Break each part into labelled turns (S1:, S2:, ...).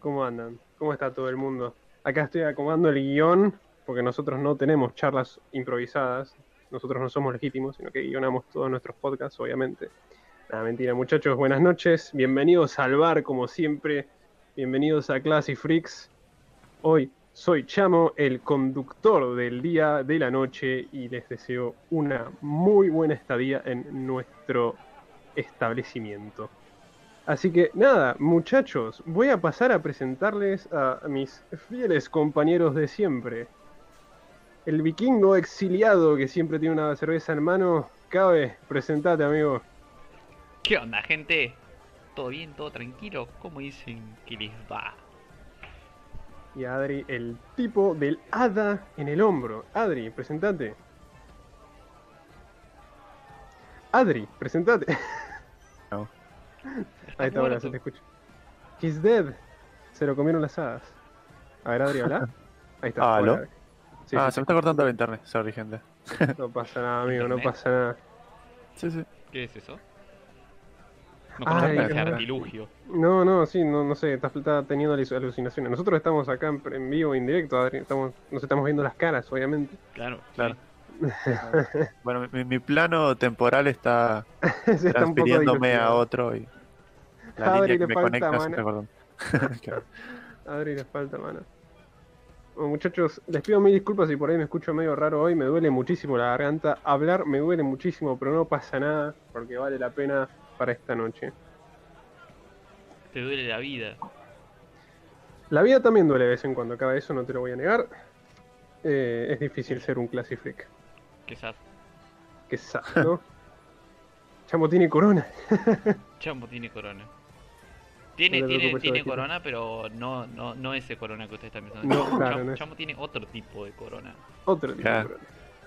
S1: ¿Cómo andan? ¿Cómo está todo el mundo? Acá estoy acomodando el guión, porque nosotros no tenemos charlas improvisadas. Nosotros no somos legítimos, sino que guionamos todos nuestros podcasts, obviamente. Nada, mentira, muchachos. Buenas noches. Bienvenidos al bar, como siempre. Bienvenidos a Classy Freaks. Hoy soy Chamo, el conductor del día, de la noche, y les deseo una muy buena estadía en nuestro establecimiento. Así que nada, muchachos, voy a pasar a presentarles a mis fieles compañeros de siempre. El vikingo exiliado que siempre tiene una cerveza en mano. Cabe, presentate, amigo.
S2: ¿Qué onda, gente? ¿Todo bien? ¿Todo tranquilo? ¿Cómo dicen que les va?
S1: Y a Adri, el tipo del hada en el hombro. Adri, presentate. Adri, presentate.
S3: No.
S1: Ahí está, ahora
S2: muerto.
S1: se te escucho. He's dead. Se lo comieron las hadas. A ver, Adri, habla. Ahí está.
S3: Ah,
S1: hola,
S3: ¿aló?
S1: Adri. Sí,
S3: ah,
S1: sí,
S3: se me está cortando el internet, sorry, gente.
S1: sí, no pasa nada, amigo, no
S2: Internet.
S1: pasa nada.
S3: Sí, sí.
S2: ¿Qué es eso? No
S1: Ay,
S2: conozco ese
S3: verdad.
S2: artilugio.
S1: No, no, sí, no, no sé, está, está teniendo alu- alucinaciones. Nosotros estamos acá en, en vivo, en directo, Adri, estamos, nos estamos viendo las caras, obviamente.
S2: Claro,
S3: Claro.
S2: sí.
S3: Bueno, mi, mi plano temporal está
S1: Se está un poco
S3: transfiriéndome a
S1: distorsionado.
S3: otro y la
S1: Adri, le
S3: línea que me
S1: falta
S3: conecta se
S1: mana.
S3: está cortando. Claro.
S1: Adri, les falta mano. Bueno, muchachos, les pido mil disculpas si por ahí me escucho medio raro hoy. Me duele muchísimo la garganta. Hablar me duele muchísimo, pero no pasa nada porque vale la pena para esta noche.
S2: Te duele la vida.
S1: La vida también duele de vez en cuando, cada eso no te lo voy a negar. Eh, es difícil ser un classy freak.
S2: Quizás
S1: Que sad, ¿no? Chamo tiene corona.
S2: Chambo tiene corona. Tiene,
S1: No te
S2: tiene,
S1: preocupes,
S2: tiene
S1: Abejita.
S2: corona, pero no, no, no ese corona que ustedes están pensando.
S1: No,
S2: Chamo-
S1: claro,
S2: Chamo,
S1: no es.
S2: Chamo tiene otro tipo de corona.
S1: Otro tipo de
S3: Claro.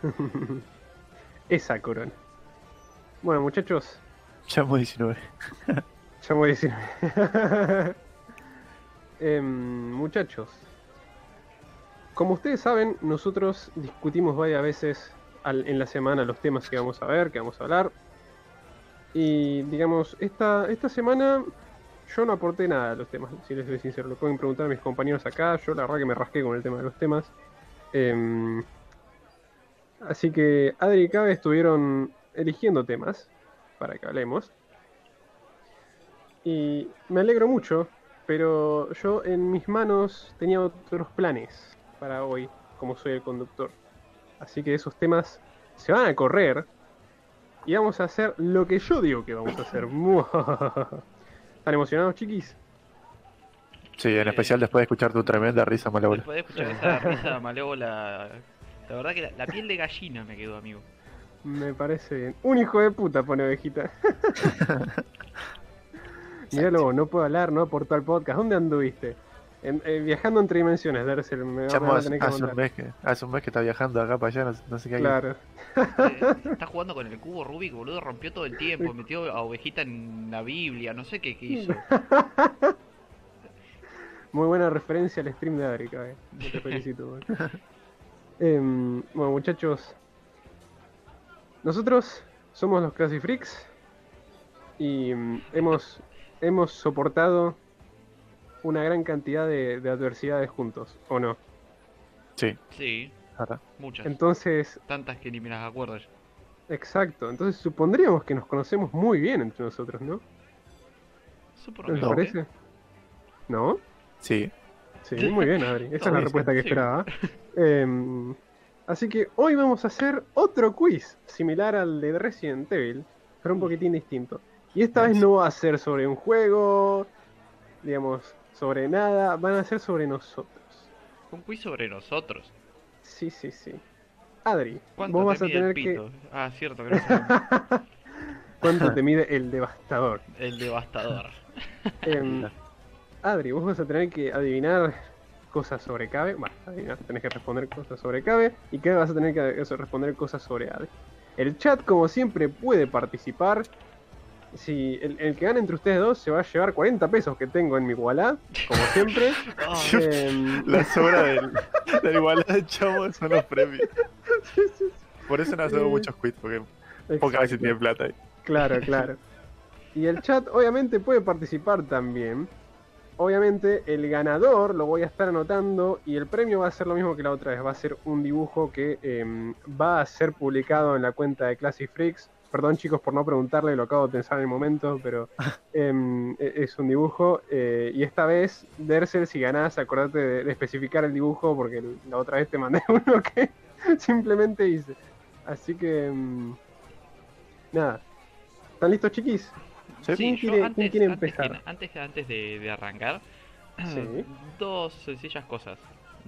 S1: corona. Esa corona. Bueno, muchachos,
S3: Llamo 19.
S1: Ya me voy a decir. Em, muchachos, como ustedes saben, nosotros discutimos varias veces al- en la semana los temas que vamos a ver, que vamos a hablar. Y digamos, esta, esta semana yo no aporté nada a los temas, si les soy sincero. Lo pueden preguntar a mis compañeros acá, yo la verdad que me rasqué con el tema de los temas. Em, así que Adri y Cabe estuvieron eligiendo temas para que hablemos. Y me alegro mucho, pero yo en mis manos tenía otros planes para hoy, como soy el conductor. Así que esos temas se van a correr y vamos a hacer lo que yo digo que vamos a hacer. ¿Están emocionados, chiquis?
S3: Sí, en especial después de escuchar tu tremenda risa mala
S2: Después de escuchar esa risa malévola, la verdad que la, la piel de gallina me quedó, amigo.
S1: Me parece bien. Un hijo de puta, pone ovejita. Míralo, vos, no puedo hablar, no aportó al podcast. ¿Dónde anduviste? En- eh, viajando entre dimensiones, Darcel. Me, me
S3: Chamo
S1: va a
S3: hace,
S1: tener que
S3: hace un
S1: mandar.
S3: mes que, hace un mes que está viajando acá para allá, no, no sé qué hay.
S1: Claro.
S2: Eh, Está jugando con el cubo Rubik, boludo, rompió todo el tiempo, metió a ovejita en la Biblia, no sé qué, qué hizo.
S1: Muy buena referencia al stream de Adri, cabe. Yo Te felicito. boludo. Em, bueno, muchachos. Nosotros somos los Classy Freaks. Y mm, hemos, hemos soportado una gran cantidad de, de adversidades juntos, ¿o no?
S3: Sí,
S2: Sí,
S3: ahora.
S2: muchas.
S1: Entonces,
S2: Tantas que ni me las acuerdo. ya.
S1: exacto. Entonces supondríamos que nos conocemos muy bien entre nosotros, ¿no?
S2: Supongo
S1: ¿No
S2: que
S1: les parece? ¿No?
S3: Sí.
S1: Sí, muy bien, Adri. Esa es la
S3: Sí,
S1: respuesta que
S2: sí.
S1: esperaba. Em, así que hoy vamos a hacer otro quiz similar al de Resident Evil,
S2: Mm.
S1: pero un poquitín distinto. Y esta vez
S3: Nice.
S1: no va a ser sobre un juego, digamos, sobre nada, van a ser sobre nosotros.
S2: Un quiz sobre nosotros.
S1: Sí, sí, sí. Adri,
S2: ¿Cuánto
S1: vos vas
S2: te
S1: a
S2: mide el
S1: tener que...
S2: pito? Ah, cierto, que no sabemos.
S1: ¿Cuánto te mide el devastador?
S2: el devastador.
S1: Em, Adri, vos vas a tener que adivinar cosas sobre Cabe. Bueno, adivinar, tenés que responder cosas sobre Cabe. Y Cabe vas a tener que eso, responder cosas sobre Adri. El chat, como siempre, puede participar. Si el, el que gane entre ustedes dos se va a llevar 40 pesos que tengo en mi Wallah, como siempre.
S2: Ah,
S1: Em,
S3: La sobra del, de la igualdad de Chamo son los premios. Por eso no hacemos
S1: Sí.
S3: muchos quits, porque pocas veces tiene plata ahí.
S1: Claro, claro. Y el chat obviamente puede participar también. Obviamente el ganador lo voy a estar anotando y el premio va a ser lo mismo que la otra vez. Va a ser un dibujo que em, va a ser publicado en la cuenta de Classy Freaks. Perdón chicos por no preguntarle, lo acabo de pensar en el momento, pero em, e- es un dibujo. eh, y esta vez, Dersel, si ganás, acordate de, de especificar el dibujo porque el- la otra vez te mandé uno que simplemente hice. Así que... em, nada. ¿Están listos chiquis?
S3: Sí,
S1: ¿Quién
S2: yo
S1: quiere- quién
S2: antes,
S1: quiere
S2: antes que
S1: empezar?
S2: na- antes, que- antes de, de arrancar,
S1: Sí.
S2: dos sencillas cosas.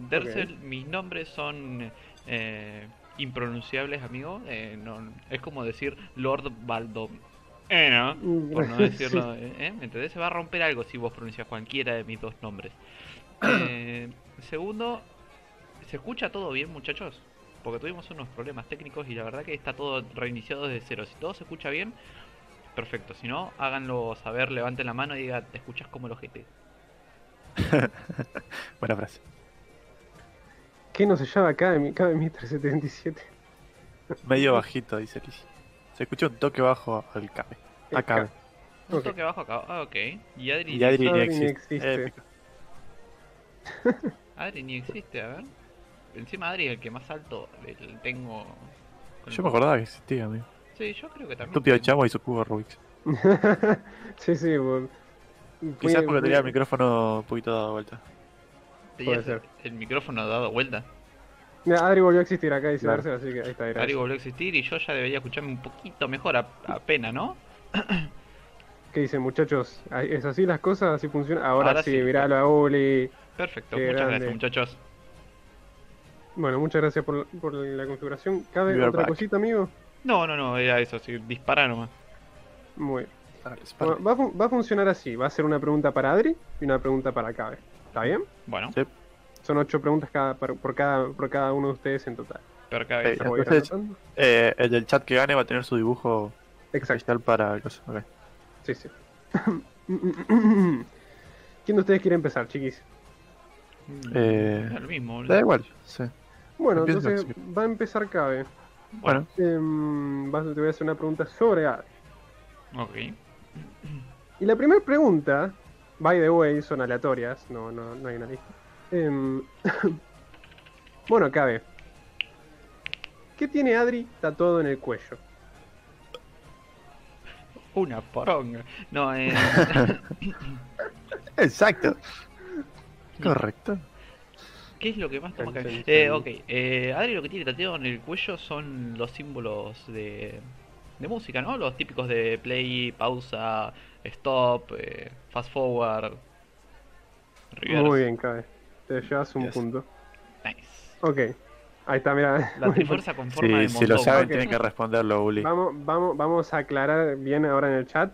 S2: Dersel, mis nombres son eh, impronunciables, amigo. Eh, no- es como decir Lord Baldo. Eh, ¿no?
S1: Mm,
S2: por no decirlo, ¿eh? ¿eh? ¿Me entendés? Se va a romper algo si vos pronuncias cualquiera de mis dos nombres. Eh, segundo, ¿se escucha todo bien, muchachos? Porque tuvimos unos problemas técnicos y la verdad que está todo reiniciado desde cero. Si todo se escucha bien, perfecto. Si no, háganlo saber, levanten la mano y digan, te escuchas como el ojete.
S3: Buena frase.
S1: ¿Qué nos hallaba acá de mi, acá de Mr. 77?
S3: Medio bajito, dice Liz. Se escucha un toque bajo al cabe. A cabe.
S2: Un
S1: Ok.
S2: toque abajo acá. Ah, ok. Y Adri,
S3: Y Adri
S1: Adri
S3: ya
S1: ni
S3: existe.
S1: existe.
S3: Épico.
S2: Adri ni existe, a ver. Encima Adri es el que más alto el- tengo. con-
S3: Yo me acordaba que existía, amigo.
S2: Sí, yo creo que también.
S3: Estúpido
S2: tengo.
S3: chamo y su cubo Rubik's.
S1: sí, sí. bo- fui-
S3: Quizás porque
S1: fui-
S3: tenía el micrófono un poquito dado vuelta.
S2: Tenías
S1: Puede
S2: el- el micrófono dado vuelta.
S1: Mira, Adri volvió a existir acá, dice
S3: Claro.
S1: Darcel, así que ahí está. gracias.
S2: Ari volvió a existir y yo ya debería escucharme un poquito mejor, a- apenas, ¿no?
S1: ¿Qué dicen, muchachos? Ah, ¿Es así las cosas? ¿Así funciona? Ahora,
S2: Ahora
S1: sí,
S2: sí.
S1: miralo a Uli.
S2: Perfecto,
S1: Qué
S2: muchas
S1: grande.
S2: gracias muchachos.
S1: Bueno, muchas gracias por, por la configuración. ¿Cabe
S3: We are
S1: otra
S3: back.
S1: cosita, amigo?
S2: No, no, no, era eso, sí, dispara nomás.
S1: Muy bien.
S3: Bueno,
S1: Bueno, va, a fun- va a funcionar así. Va a ser una pregunta para Adri y una pregunta para Cabe. ¿Está bien?
S2: Bueno,
S3: Sí,
S1: Son ocho preguntas cada, por, por cada, por cada uno de ustedes en total.
S2: pero cada vez.
S3: Sí.
S1: Las voy a ir
S3: Entonces-
S1: anotando.
S3: eh, el del chat que gane va a tener su dibujo
S1: Exacto.
S3: especial para el coso, ok.
S1: Sí, sí. ¿Quién de ustedes quiere empezar, chiquis?
S2: Mm,
S3: Eh,
S2: es lo mismo, boludo.
S3: Da igual, sí.
S1: Bueno,
S3: Empieza,
S1: entonces va a empezar Cabe.
S3: Bueno,
S1: Em, vas- te voy a hacer una pregunta sobre A.
S2: Ok.
S1: Y la primera pregunta, by the way, son aleatorias, no, no, no hay una lista. Em, bueno, Cabe. ¿Qué tiene Adri tatuado en el cuello?
S2: Una poronga. No, eh.
S3: exacto. Correcto.
S2: ¿Qué es lo que más toma
S1: Chan,
S2: acá?
S1: chan,
S2: Eh,
S1: chan.
S2: ok, eh, Adri lo que tiene tateado en el cuello son los símbolos de, de música, ¿no? Los típicos de play, pausa, stop, eh, fast forward, reverse.
S1: Muy bien, Cabe. Te llevas un
S3: Yes.
S1: punto.
S2: Nice.
S1: Ok. Ahí está, mira.
S2: La trifuerza con forma de
S3: Sí,
S2: montón.
S3: si lo saben,
S1: ok.
S3: tienen que responderlo, Uli.
S1: Vamos, vamos, vamos a aclarar bien ahora en el chat.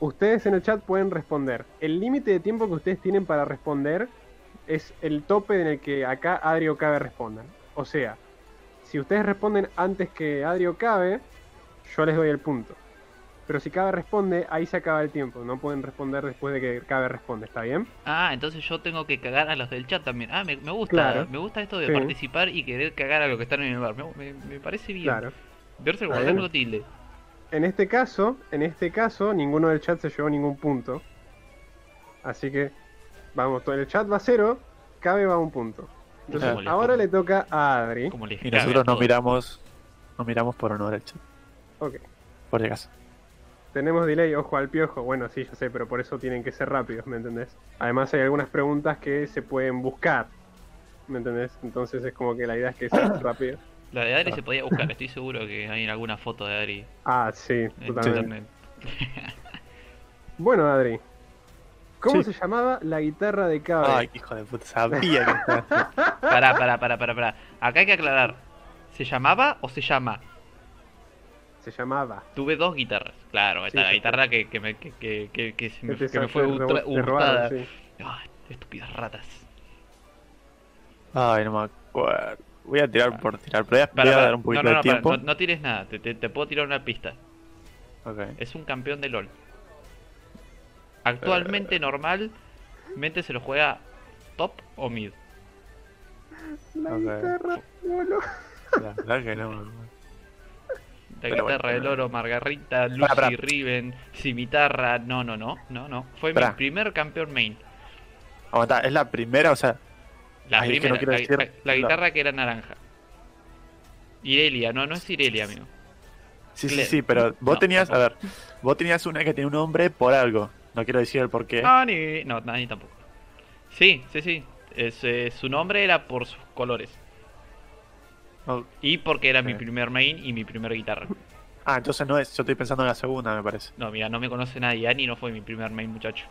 S1: Ustedes en el chat pueden responder. El límite de tiempo que ustedes tienen para responder es el tope en el que acá Adri o Cabe respondan. O sea, si ustedes responden antes que Adri o Cabe, yo les doy el punto. Pero si Cabe responde, ahí se acaba el tiempo. No pueden responder después de que Cabe responde, ¿está bien?
S2: Ah, entonces yo tengo que cagar a los del chat también. Ah, me, me gusta,
S1: Claro.
S2: me gusta esto de
S1: Sí.
S2: participar y querer cagar a los que están en el bar. Me, me- me parece bien.
S1: Claro.
S2: Verse el
S1: Está
S2: guardar
S1: bien.
S2: lo tilde.
S1: En este caso, en este caso, ninguno del chat se llevó ningún punto. Así que, vamos, todo el chat va a cero, Cabe va a un punto. Entonces,
S3: Claro.
S1: ahora le toca a Adri.
S2: Como les
S3: Y
S2: cabe a
S3: nosotros no
S2: todos.
S3: miramos, no miramos por honor al chat,
S1: Ok.
S3: por si acaso.
S1: Tenemos delay, ojo al piojo. Bueno, sí, ya sé, pero por eso tienen que ser rápidos, ¿me entendés? Además, hay algunas preguntas que se pueden buscar. ¿Me entendés? Entonces es como que la idea es que sean rápidos.
S2: La de Adri se podía buscar, estoy seguro que hay alguna foto de Adri
S1: Ah, sí,
S2: en
S1: totalmente.
S2: internet.
S1: Bueno, Adri. ¿Cómo
S3: Sí.
S1: se llamaba la guitarra de Cabe?
S3: Ay, hijo de puta, sabía que estaba-
S2: Pará, pará, pará, pará, pará. Acá hay que aclarar. ¿Se llamaba o se llama?
S1: Se llamaba.
S2: Tuve dos guitarras. Claro,
S1: Sí,
S2: esta la
S1: sí,
S2: guitarra que, que me, que, que, que- que se me,
S1: Te-
S2: que me
S1: te-
S2: fue
S1: te-
S2: hurta-
S1: te robaron,
S2: hurtada.
S1: sí.
S2: Ah, estúpidas ratas.
S3: Ay, no me acuerdo. Voy a tirar por tirar, pero voy a,
S2: Pará,
S3: voy a
S2: pará.
S3: dar un
S2: no,
S3: poquito
S2: no,
S3: de
S2: no, pará.
S3: tiempo.
S2: No, no tires nada, te, te- te puedo tirar una pista.
S3: Ok.
S2: Es un campeón de LOL.
S3: Eh.
S2: Actualmente normalmente se lo juega top o mid.
S1: La
S3: Ok.
S1: guitarra voló.
S3: La verdad que no me acuerdo.
S2: La
S3: Pero
S2: guitarra
S3: bueno.
S2: del oro, Margarita, Lucy,
S3: Pará, pará.
S2: Riven, Cimitarra, no, no, no, no, no. Fue
S3: Pará.
S2: mi primer campeón main.
S3: Aguanta, es la primera, o sea.
S2: La
S3: Ay, es que
S2: primera,
S3: no quiero
S2: la,
S3: decir-
S2: la- la guitarra que era naranja. Irelia, no, no es Irelia, amigo.
S3: Sí, sí,
S2: Claire.
S3: sí, pero vos
S2: No,
S3: tenías. A ver,
S2: tampoco.
S3: vos tenías una que tenía un nombre por algo. No quiero decir el por qué.
S2: No, Ah, ni, no, nadie tampoco. Sí, sí, sí. Es, eh, su nombre era por sus colores.
S3: Oh,
S2: Y porque era mi
S3: Ok.
S2: primer main y mi primera guitarra.
S3: Ah, entonces no es. Yo estoy pensando en la segunda, me parece.
S2: No, mira, no me conoce nadie. Ani no fue mi primer main, muchacho.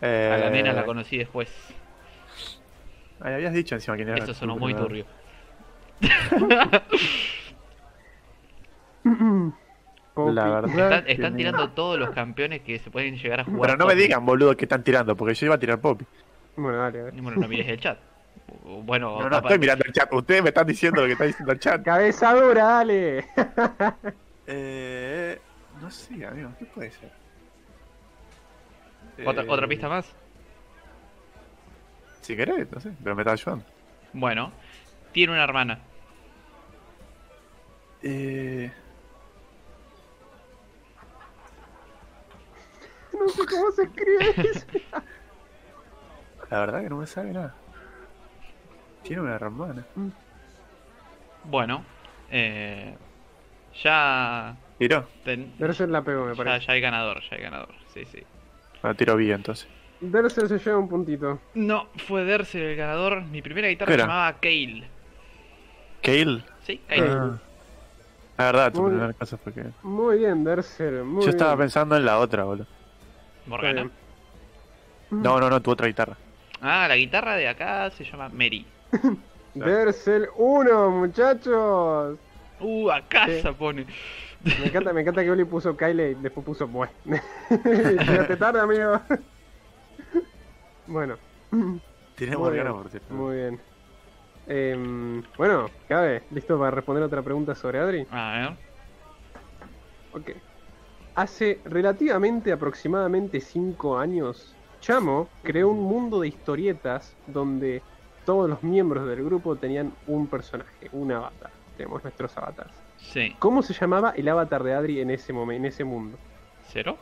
S3: Eh,
S2: A la nena la conocí después.
S3: Ahí habías dicho encima quién era.
S2: Eso sonó muy turbio.
S1: Poppy.
S3: La verdad.
S2: Están,
S3: que
S2: están
S3: no.
S2: tirando todos los campeones que se pueden llegar a jugar.
S3: Pero no me
S2: con-
S3: digan, boludo, que están tirando, porque yo iba a tirar Poppy.
S1: Bueno, dale, a ver.
S2: Bueno, no mires el chat. O- Bueno,
S3: No, no,
S2: tapa-
S3: estoy mirando el chat. Ustedes me están diciendo lo que está diciendo el chat.
S1: Cabeza dura, dale.
S3: Eh, no sé, amigo, ¿qué puede ser?
S2: ¿Otra,
S3: Eh,
S2: otra pista más.
S3: Si querés, no sé, pero me está ayudando.
S2: Bueno, tiene una hermana.
S3: Eh,
S1: No sé cómo se escribe eso.
S3: la verdad que no me sabe nada. Tiene una hermana.
S2: Bueno, eh, ya,
S3: ¿Tiró?
S2: ten-
S1: Berser la pegó, me
S2: ya,
S1: parece.
S2: ya hay ganador, ya hay ganador. Sí, sí.
S3: No, tiro bien entonces.
S1: Berser se lleva un puntito.
S2: No, fue Derser el ganador. Mi primera guitarra
S3: ¿Qué
S2: se
S3: era?
S2: llamaba Kale.
S3: ¿Kale?
S2: Sí, Kale.
S1: Ah.
S3: La verdad, tu
S1: Muy
S3: primera cosa fue Kale.
S1: Muy bien, Berser. Muy
S3: Yo
S1: bien.
S3: estaba pensando en la otra, boludo.
S1: Está
S2: Morgana.
S1: bien. Mm.
S3: No, no, no, tu otra guitarra.
S2: Ah, la guitarra de acá se llama Mary.
S1: Dersel 1, muchachos.
S2: Uh, acá
S1: Sí.
S2: se pone.
S1: Me encanta, me encanta que Oli puso Kyle y después puso Boy. Llegaste tarde, amigo. Bueno,
S3: Tenemos
S1: Muy bien,
S3: Morgana, por cierto.
S1: muy bien. Em, bueno, Cabe, ¿listo para responder otra pregunta sobre Adri?
S2: A ver.
S1: Ok. Hace relativamente aproximadamente 5 años, Chamo creó un mundo de historietas donde todos los miembros del grupo tenían un personaje, un avatar. Tenemos nuestros avatars.
S2: Sí.
S1: ¿Cómo se llamaba el avatar de Adri en ese momento, en ese mundo?
S2: ¿Cero?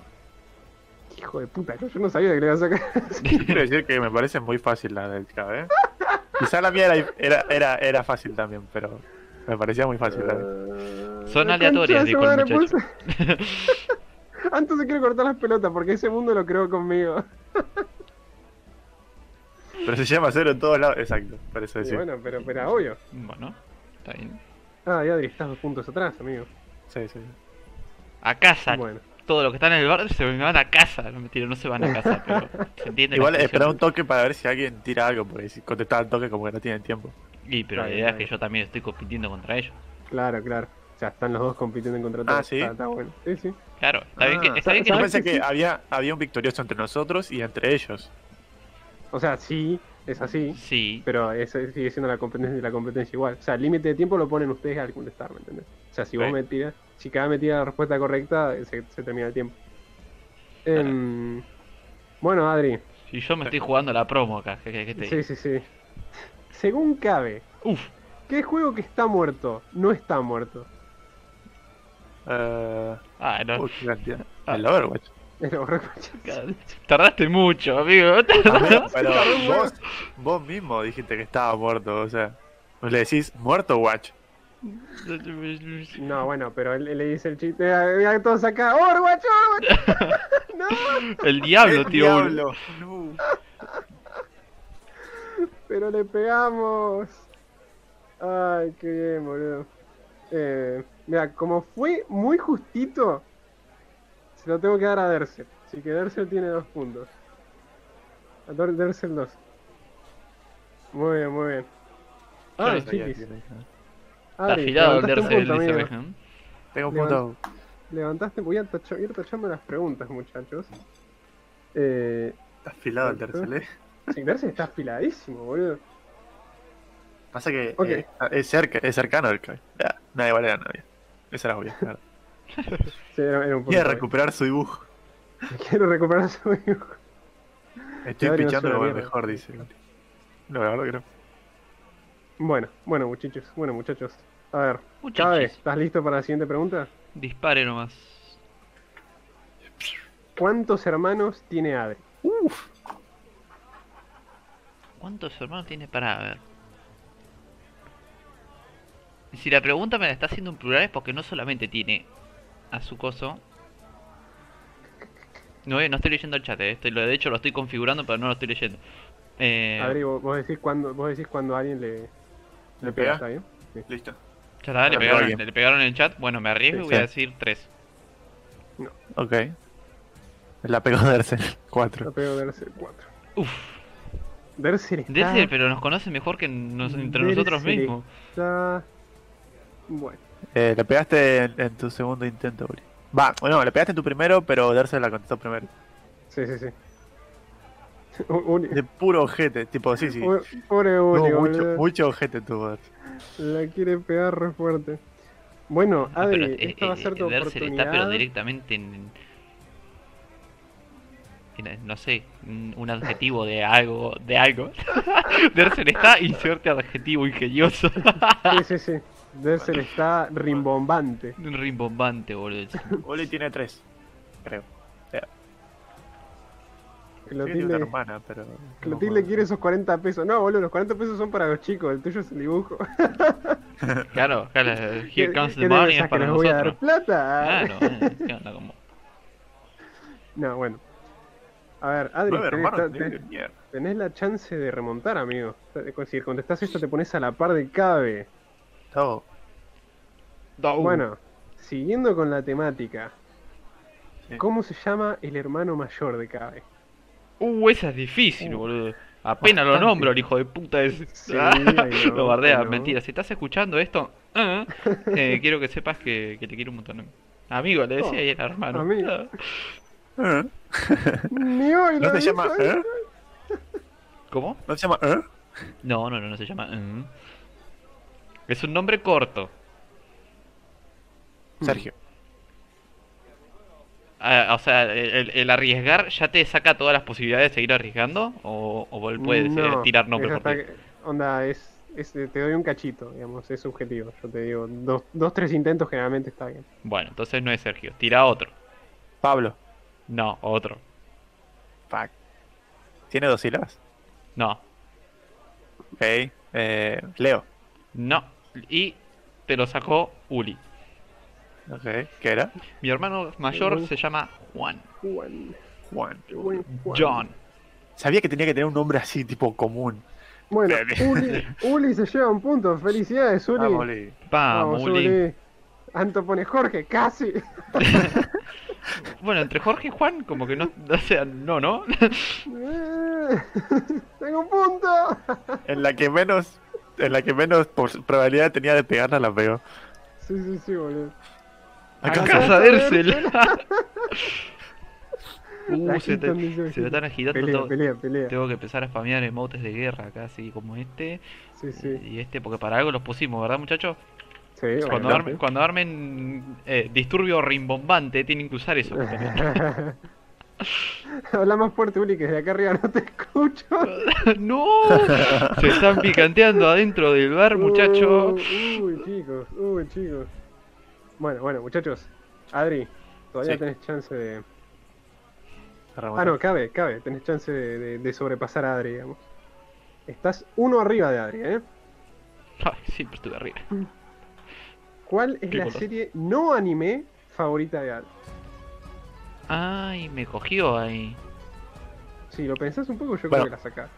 S1: Hijo de puta, yo yo no sabía que le iba a sacar.
S3: Quiero decir que me parece muy fácil la del K, ¿eh? Quizá la mía era, era, era, era fácil también, pero me parecía muy fácil también.
S2: Son
S1: La
S2: aleatorias, dijo
S1: concha de
S2: el
S1: su
S2: muchacho.
S1: madre, pues. Antes se quiere cortar las pelotas porque ese mundo lo creó conmigo.
S3: Pero se llama cero en todos lados. Exacto, por eso
S1: Y
S3: decía.
S1: bueno, pero, pero era obvio.
S2: Bueno, está bien.
S1: Ah, y Adri, estás dos puntos atrás, amigo.
S3: Sí, sí.
S2: A casa.
S1: Bueno,
S2: Todos los que están en el bar se van a casa. No mentira, no se van a casa, pero se entiende. la
S3: Igual eh,
S2: expresión.
S3: espera un toque para ver si alguien tira algo, porque si contestaba al toque como que no tienen tiempo.
S2: Y pero
S1: Está
S2: la
S1: bien,
S2: idea es
S1: está
S2: que yo también estoy compitiendo contra ellos.
S1: claro, claro. O sea, están los dos compitiendo en contra todos.
S3: Ah, ¿sí?
S1: Está, está bueno. Sí, sí.
S2: Claro, está bien
S3: Ah,
S2: que, está bien que
S3: Yo
S2: no-
S1: Sí,
S3: pensé
S1: sí.
S3: que había, había un victorioso entre nosotros y entre ellos.
S1: O sea, sí, es así.
S2: Sí,
S1: Pero es- sigue siendo la competencia, la competencia igual. O sea, el límite de tiempo lo ponen ustedes al contestar, ¿me entendés? O sea, si vos
S3: Sí.
S1: me tiras, si cada me tira la respuesta correcta, eh, se, se termina el tiempo. Em, bueno, Adri.
S2: si yo me estoy jugando la promo acá, ¿qué, qué- qué te
S1: Sí,
S3: Este.
S1: sí,
S2: digo?
S1: sí. Según cabe,
S2: Uf,
S1: ¿qué juego que está muerto no está muerto?
S3: Eh,
S2: ah, no.
S3: uy, qué cantidad.
S1: Ah.
S3: El Overwatch.
S1: El Overwatch.
S2: Tardaste mucho, amigo.
S3: Amigo, Pero vos, vos mismo dijiste que estaba muerto, o sea. vos Le decís muerto Watch.
S1: No, bueno, pero él, él le dice el chiste. "Ah, Mira todos acá. ¡Oh, ¡Overwatch! ¡Overwatch! ¡No!
S2: El diablo,
S3: ¡El
S2: tío.
S3: diablo! No.
S1: Pero le pegamos. Ay, qué bien, boludo. Eh, mira, como fue muy justito, se lo tengo que dar a Dersel. Así que Dersel tiene dos puntos. A Dor- Dersel dos. Muy bien, muy bien.
S2: no
S1: Ay,
S3: Sabía
S1: chiquis.
S3: que era eso.
S2: Está
S1: Adri,
S2: afilado el
S1: levantaste
S2: Dercer,
S1: un punto,
S2: dice
S1: amigo.
S2: Benjam.
S3: Tengo un
S1: Levanta-
S3: punto.
S1: Levantaste, voy a tacha- ir tachando las preguntas, muchachos. Eh,
S3: Está afilado el tercer, ¿eh?
S1: sí, Darcy está afiladísimo, boludo.
S3: Pasa que
S1: Ok.
S3: eh, es, cerca, es cercano el Kai. Ya, Nadie vale a nadie. Esa era obvia. Claro.
S1: Sí, era- era un punto.
S3: Quiere recuperar su dibujo.
S1: Quiero recuperar su dibujo.
S3: Estoy
S1: Claro,
S3: pichando
S1: es una
S3: lo
S1: mierda.
S3: mejor, dice. No, la verdad que no.
S1: Bueno, bueno, muchachos, bueno, muchachos. A ver,
S2: Muchachos.
S1: Cabe, ¿estás listo para la siguiente pregunta?
S2: Dispare nomás.
S1: ¿Cuántos hermanos tiene Adri?
S3: Uf.
S2: ¿Cuántos hermanos tiene para ver? Si la pregunta me la está haciendo en plural es porque no solamente tiene a su coso. No, eh, no estoy leyendo el chat, eh, estoy- lo- de hecho lo estoy configurando, pero no lo estoy leyendo. Eh,
S1: Adri, vos, vos decís cuando, vos decís cuando alguien le, le
S3: pega?
S1: pega, ¿está bien?
S3: Listo.
S2: ya está, le
S3: Ah,
S2: pegaron,
S3: alguien.
S2: le pegaron en el chat. Bueno, me arriesgo y
S3: Sí,
S2: voy a
S3: sí.
S2: decir 3.
S3: Ok. La pegó Dersen.
S1: La
S3: 4.
S1: pegó Derser 4.
S2: Uf,
S1: Derser está...
S2: Dese, pero nos conoce mejor que nos- entre
S1: Debe
S2: nosotros
S1: ser.
S2: mismos.
S1: está- Bueno,
S3: Eh, la pegaste en, en tu segundo intento, Uri. Va, bueno, la pegaste en tu primero, pero Dersen la contestó primero.
S1: sí, sí, sí. Un- un-
S3: De puro ojete, tipo, sí, sí.
S1: un- Pobre
S3: No,
S1: Uli,
S3: mucho,
S1: boludo.
S3: mucho ojete tuvo. Dersen.
S1: La quiere pegar re fuerte. Bueno,
S2: Ah,
S1: Adri,
S2: pero, eh,
S1: esta va a
S2: eh,
S1: ser tu
S2: Dersen está pero
S1: oportunidad.
S2: directamente en, en- no sé, un un adjetivo de algo, de algo. Dersen está, inserte adjetivo ingenioso.
S1: Sí, sí, sí. Derser está rimbombante.
S2: Rimbombante, boludo.
S3: Oli tiene 3, creo. Sí, tiene una
S1: Clotilde,
S3: hermana, pero.
S1: Clotilde quiere esos 40 pesos. No, boludo, los 40 pesos son para los chicos. El tuyo es el dibujo.
S2: Claro, claro, here comes
S1: ¿Qué te
S2: the money
S1: pensás,
S2: es para
S1: que les voy a
S2: nosotros.
S1: dar plata?
S2: Claro, eh, ¿qué onda, como?
S1: No, bueno. A ver, Adri,
S3: 9
S1: tenés,
S3: hermanos,
S1: tenés-
S3: tiene mierda.
S1: tenés la chance de remontar, amigo. Es decir, contestás esto, te pones a la par de Cabe.
S3: No,
S2: Oh.
S1: Bueno, siguiendo con la temática.
S3: Sí.
S1: ¿Cómo se llama el hermano mayor de Cabe?
S2: Uh, esa es difícil,
S3: Uh,
S2: boludo. Apenas lo
S3: bastante.
S2: nombro, el hijo de puta ese.
S1: Sí, ay, no,
S2: lo bardea,
S1: ay, no.
S2: mentira. Si estás escuchando esto, ah, eh, quiero que sepas que, que te quiero un montón. Amigo, le decía
S1: Oh,
S2: ayer a hermano.
S1: amigo.
S2: Ah,
S3: ¿Eh?
S1: Ni hoy
S3: ¿No
S1: lo
S3: se
S1: dijo,
S3: llama?
S1: ¿eh?
S3: ¿eh?
S2: ¿Cómo?
S3: ¿No se llama? ¿eh?
S2: No, no, no, no se llama. mm. Es un nombre corto.
S1: Mm.
S3: Sergio.
S2: Ah, o sea, el, el- el arriesgar ya te saca todas las posibilidades de seguir arriesgando. O, o él puede decidir
S1: No,
S2: tirar
S1: es
S2: nombres
S1: hasta
S2: por ti.
S1: que- Onda, es, es- te doy un cachito, digamos, es subjetivo. Yo te digo, dos, dos tres intentos generalmente está bien.
S2: Bueno, entonces no es Sergio. Tira otro.
S3: Pablo.
S2: No, otro.
S3: Fuck. Tiene dos sílabas.
S2: No,
S3: Ok. Eh, Leo.
S2: no. Y te lo sacó Uli.
S3: Ok. ¿Qué era?
S2: Mi hermano mayor
S1: Ujú.
S2: se llama Juan.
S1: Juan,
S3: Juan.
S1: Juan, Juan.
S2: John.
S3: Sabía que tenía que tener un nombre así, tipo común.
S1: Bueno, Uli, Uli se lleva un punto. Felicidades, Uli.
S3: Vamos, Lee.
S1: Ah,
S2: Vamos,
S1: eh.
S2: Uli.
S1: Anto pone Jorge, casi.
S2: Bueno, entre Jorge y Juan, como que no. O sea, no, ¿no?
S1: Eh, Tengo un punto.
S3: En la que menos. En la que menos por- probabilidad tenía de pegarla, la pegó.
S1: Sí, sí, sí, boludo.
S2: Acá
S1: Acá
S2: casa
S1: está
S2: Dersel. uh,
S1: La
S2: se, te,
S1: Hilton dice-
S2: se me están agitando
S1: Pelea,
S2: todo.
S1: pelea, pelea.
S2: Tengo que empezar a spamear emotes de guerra acá, así como este
S1: Sí, sí.
S2: y este, porque para algo los pusimos, ¿verdad, muchachos?
S1: Sí,
S2: Cuando,
S1: obviamente.
S2: armen, cuando armen eh, disturbio rimbombante, tienen que usar eso.
S1: Habla más fuerte, Uli, que desde acá arriba no te escucho.
S2: ¡No! Se están picanteando adentro del bar, muchacho.
S1: Uh, Uy, chicos, uy, chicos. Bueno, bueno, muchachos. Adri, todavía
S3: Sí.
S1: tenés chance de.
S3: Remontó.
S1: Ah, no, cabe, cabe. Tenés chance de, de- de sobrepasar a Adri, digamos. Estás uno arriba de Adri, ¿eh?
S2: Ay, siempre estuve arriba.
S1: ¿Cuál es
S2: Qué
S1: la
S2: golazo.
S1: serie no anime favorita de Adri?
S2: Ay, me cogió ahí.
S1: Si lo pensás un poco, yo
S3: Bueno.
S1: creo que la sacás.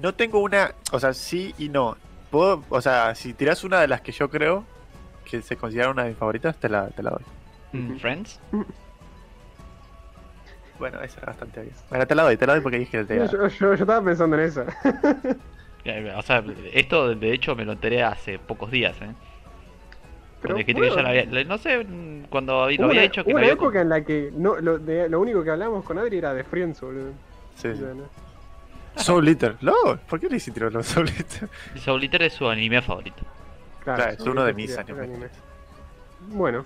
S3: No tengo una. O sea, sí y no. Puedo, o sea, si tirás una de las que yo creo que se considera una de mis favoritas, te la, te la doy.
S2: Mm, Friends.
S3: Bueno, esa es bastante bien. Bueno, te la doy, te la doy porque dije que te
S1: Yo, yo- yo- yo estaba pensando en esa.
S2: Eh, O sea, esto de hecho me lo enteré hace pocos días, ¿eh?
S1: Pero
S2: Cuando dijiste
S1: bueno,
S2: que ya lo había. le- No sé, mm, cuando vi- lo
S1: hubo
S2: había
S1: una-
S2: hecho que
S1: hubo
S2: lo
S1: una
S2: había.
S1: época en la que no, lo, de- lo único que hablábamos con Adri era de Friends, boludo.
S3: Sí,
S1: O
S3: sí.
S1: sea, ¿no?
S3: Soul Eater. No, ¿por qué le hice tirar los Soul Eater?
S2: Soul Eater es su anime favorito.
S1: Claro,
S3: Claro, es
S1: sobre
S3: uno de
S1: todo
S3: mis
S1: sería
S3: animes.
S1: anime. Bueno,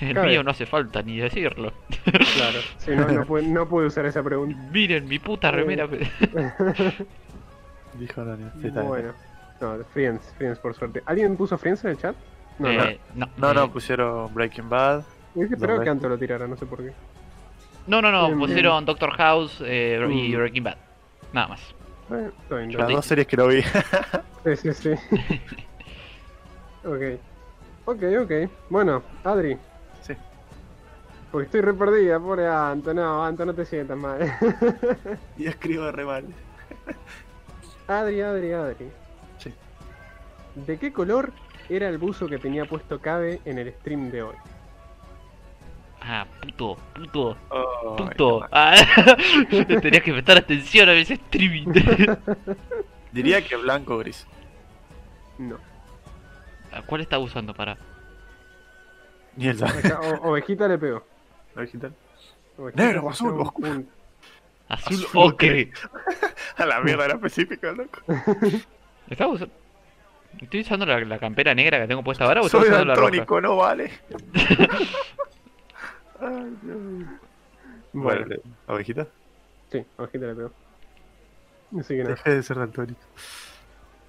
S2: El
S1: Cabe.
S2: mío no hace falta ni decirlo.
S1: claro. Sí, no, no, pude, no pude usar esa pregunta.
S2: Miren mi puta remera.
S3: Dijo Daniel. Sí, está bien.
S1: bueno. No, Friends, Friends, por suerte. ¿Alguien puso Friends en el chat? No, no. pues,
S2: Eh, no,
S3: No,
S2: eh,
S3: no, pusieron Breaking Bad.
S1: Hubiese esperado
S3: no,
S1: que
S3: no.
S1: Anto lo tirara, no sé por qué.
S2: no, no, no,
S1: Bien,
S2: pusieron Doctor House eh, y
S1: em, Mm.
S2: Breaking Bad. Nada más.
S1: Bueno, Eh, está bien,
S3: Las dos series que no vi.
S1: Sí, sí, sí. ok. Ok, ok. Bueno, Adri.
S3: Sí.
S1: Porque estoy re perdida, pobre Anto. No, Anto, no te sientas mal.
S3: y escribo re mal.
S1: Adri, Adri, Adri.
S3: Sí.
S1: ¿De qué color era el buzo que tenía puesto Cabe en el stream de hoy?
S2: Ah, puto, puto,
S3: Oh,
S2: puto.
S3: no.
S2: Ah, tenías que prestar atención a ese streaming.
S3: Diría que blanco o gris.
S1: No.
S2: ¿A Ah, ¿Cuál estaba usando para?
S3: Ni el sabe.
S1: Acá, o- ovejita le pegó.
S3: Digital.
S1: Ovejita
S3: Negro,
S1: le pegó
S3: azul,
S1: un
S3: oscuro.
S1: punto.
S2: Azul,
S3: Azul
S2: ocre.
S3: A la mierda, era específico, loco.
S2: Estaba usando. Estoy usando la, la campera negra que tengo puesta ahora o estoy
S3: Soy
S2: usando la roja.
S3: daltónico, no vale. Ay, Dios mío.
S1: Bueno,
S3: Bueno, ovejita.
S1: sí, ovejita le pegó. Así que no.
S3: Deja de ser daltónico.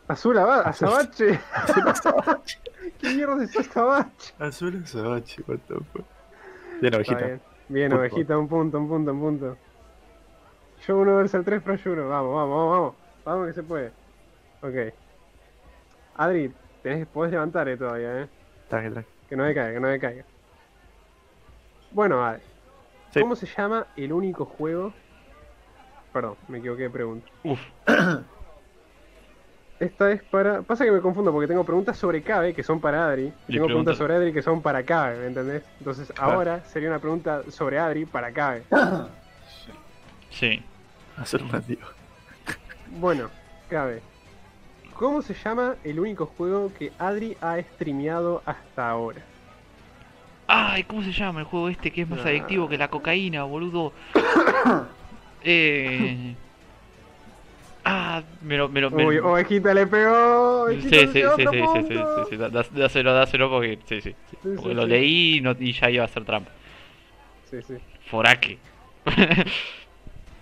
S1: Azul, aba-
S3: Azul.
S1: azabache. ¿Qué mierda es azabache?
S3: Azul es ocho, what the fuck. Bien,
S1: Está
S3: ovejita.
S1: bien, bien
S3: Punto.
S1: ovejita, un punto, un punto, un punto. Yo uno versus el 3 pro yo uno. Vamos, vamos, vamos, vamos. Vamos que se puede. Ok. Adri, tenés, podés levantar eh, todavía, eh.
S3: Tranqui, tranqui.
S1: Que no me caiga, que no me caiga. Bueno, Adri.
S3: Sí.
S1: ¿Cómo se llama el único juego? Perdón, me equivoqué de pregunta.
S2: Uf,
S1: Esta es para. Pasa que me confundo porque tengo preguntas sobre Cabe que son para Adri. Y
S2: Le
S1: tengo
S2: preguntas-
S1: preguntas sobre Adri que son para Cabe, ¿me entendés? Entonces
S2: Ah.
S3: Claro.
S1: ahora sería una pregunta sobre Adri para Cabe.
S2: sí.
S3: Azul mandío.
S1: Bueno, Cabe. ¿Cómo se llama el único juego que Adri ha streameado hasta ahora?
S2: Ay, ¿cómo se llama el juego este que es más
S1: Ah.
S2: adictivo que la cocaína, boludo? eh... Ah, me lo... Me lo me...
S1: Uy, ovejita le pegó.
S2: Sí, sí,
S1: Ovejita
S2: sí,
S1: le
S2: sí,
S1: pegó
S2: sí,
S1: otro
S2: sí, sí,
S1: punto.
S2: sí, sí, da- da- dáselo, dáselo porque, sí, sí, sí,
S1: Sí,
S2: porque
S1: sí,
S2: lo
S1: sí.
S2: leí y, no- y ya iba a hacer trampa.
S1: Sí, sí.
S2: Foraque.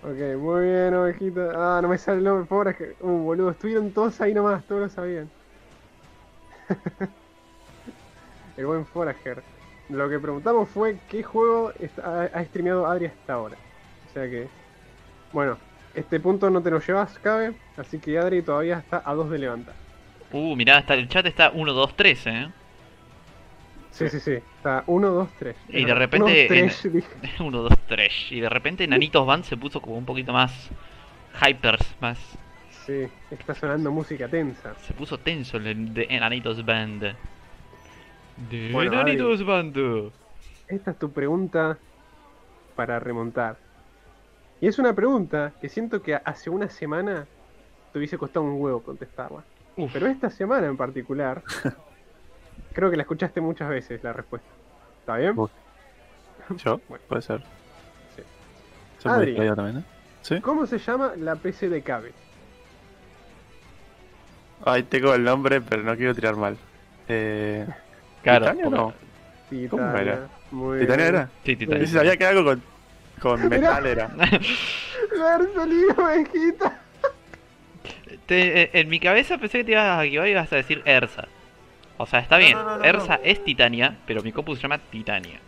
S1: Ok, muy bien, ovejita. Ah, no me sale el nombre, pobre. que- Uh, boludo, estuvieron todos ahí nomás, todos lo sabían. el buen Forager. Lo que preguntamos fue qué juego est- ha, ha streameado Adri hasta ahora. O sea que. Bueno, este punto no te lo llevas, cabe. Así que Adri todavía está a dos de levantar.
S2: Uh, mirá, hasta el chat está 1, 2, 3, eh.
S1: Sí, sí, sí. Está 1, 2, 3.
S2: Y de repente en-
S1: 3,
S2: 1, 2, 3. Y de repente Nanitos Band se puso como un poquito más... Hypers, más...
S1: Sí, está sonando música tensa.
S2: Se puso tenso en el de Nanitos Band. De
S1: Bueno, Adri.
S2: Nanitos Band.
S1: Esta es tu pregunta para remontar. Y es una pregunta que siento que hace una semana te hubiese costado un huevo contestarla.
S2: Uf.
S1: Pero esta semana en particular, creo que la escuchaste muchas veces la respuesta. ¿Está bien?
S3: Vos. ¿Yo?
S1: Bueno.
S3: Puede ser.
S1: Sí.
S3: ¿Se puede
S1: Adri.
S3: distraído también, eh? ¿Sí?
S1: ¿Cómo se llama la PC de Cabe?
S3: Ahí tengo el nombre, pero no quiero tirar mal. Eh,
S2: Claro,
S3: ¿Titania
S2: porque-
S3: no? ¿Cómo
S1: Titania.
S3: era?
S1: Muy bien.
S3: ¿Titania era?
S2: Sí,
S3: Yo
S2: Titania.
S3: sí sabía que algo con, con metal era.
S1: Haber salido, ovejita.
S2: Te- eh, en mi cabeza pensé que te ibas a equivocar y ibas a decir Ersa. O sea, está bien,
S3: no, no, no,
S2: Ersa es Titania, pero mi compu se llama Titania.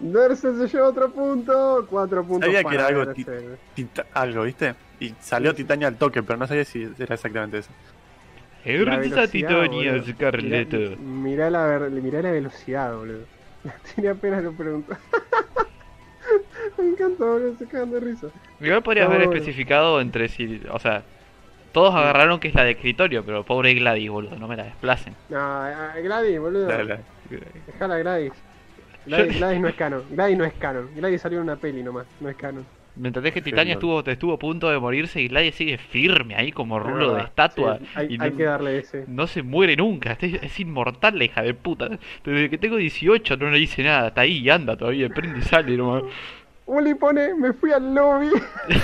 S1: Darse se lleva otro punto. Cuatro puntos
S3: Sabía que
S1: para
S3: era algo
S1: Darse.
S3: Tita- algo, ¿viste? Y salió Titania al toque, pero no sabía si era exactamente eso.
S1: La
S2: Ersa
S1: velocidad,
S2: Titania,
S1: boludo. Mirá,
S2: Scarleto.
S1: mirá la, ver- mirá la velocidad, boludo. Tiene apenas lo pregunto. Me encanta, boludo, se cagan de risa.
S2: Igual podría haber
S1: Está bueno.
S2: especificado entre si. O sea, todos agarraron que es la de escritorio, pero pobre Gladys, boludo, no me la desplacen.
S1: No, a- a Gladys, boludo.
S3: La- la-
S1: Dejala a Gladys. Gladys, Gladys no es canon. Gladys no es canon. Gladys salió en una peli nomás, no es canon.
S2: Mientras que Titania
S3: no.
S2: estuvo, estuvo a punto de morirse y Gladys sigue firme ahí como
S1: Es
S2: rulo de
S1: verdad.
S2: estatua.
S1: Sí, hay,
S2: y
S1: hay
S2: no-
S1: que darle ese.
S2: No se muere nunca, este es, es inmortal la hija de puta. Desde que tengo 18 no le hice nada, está ahí y anda todavía, prende y sale nomás.
S1: Uli pone, me fui al lobby.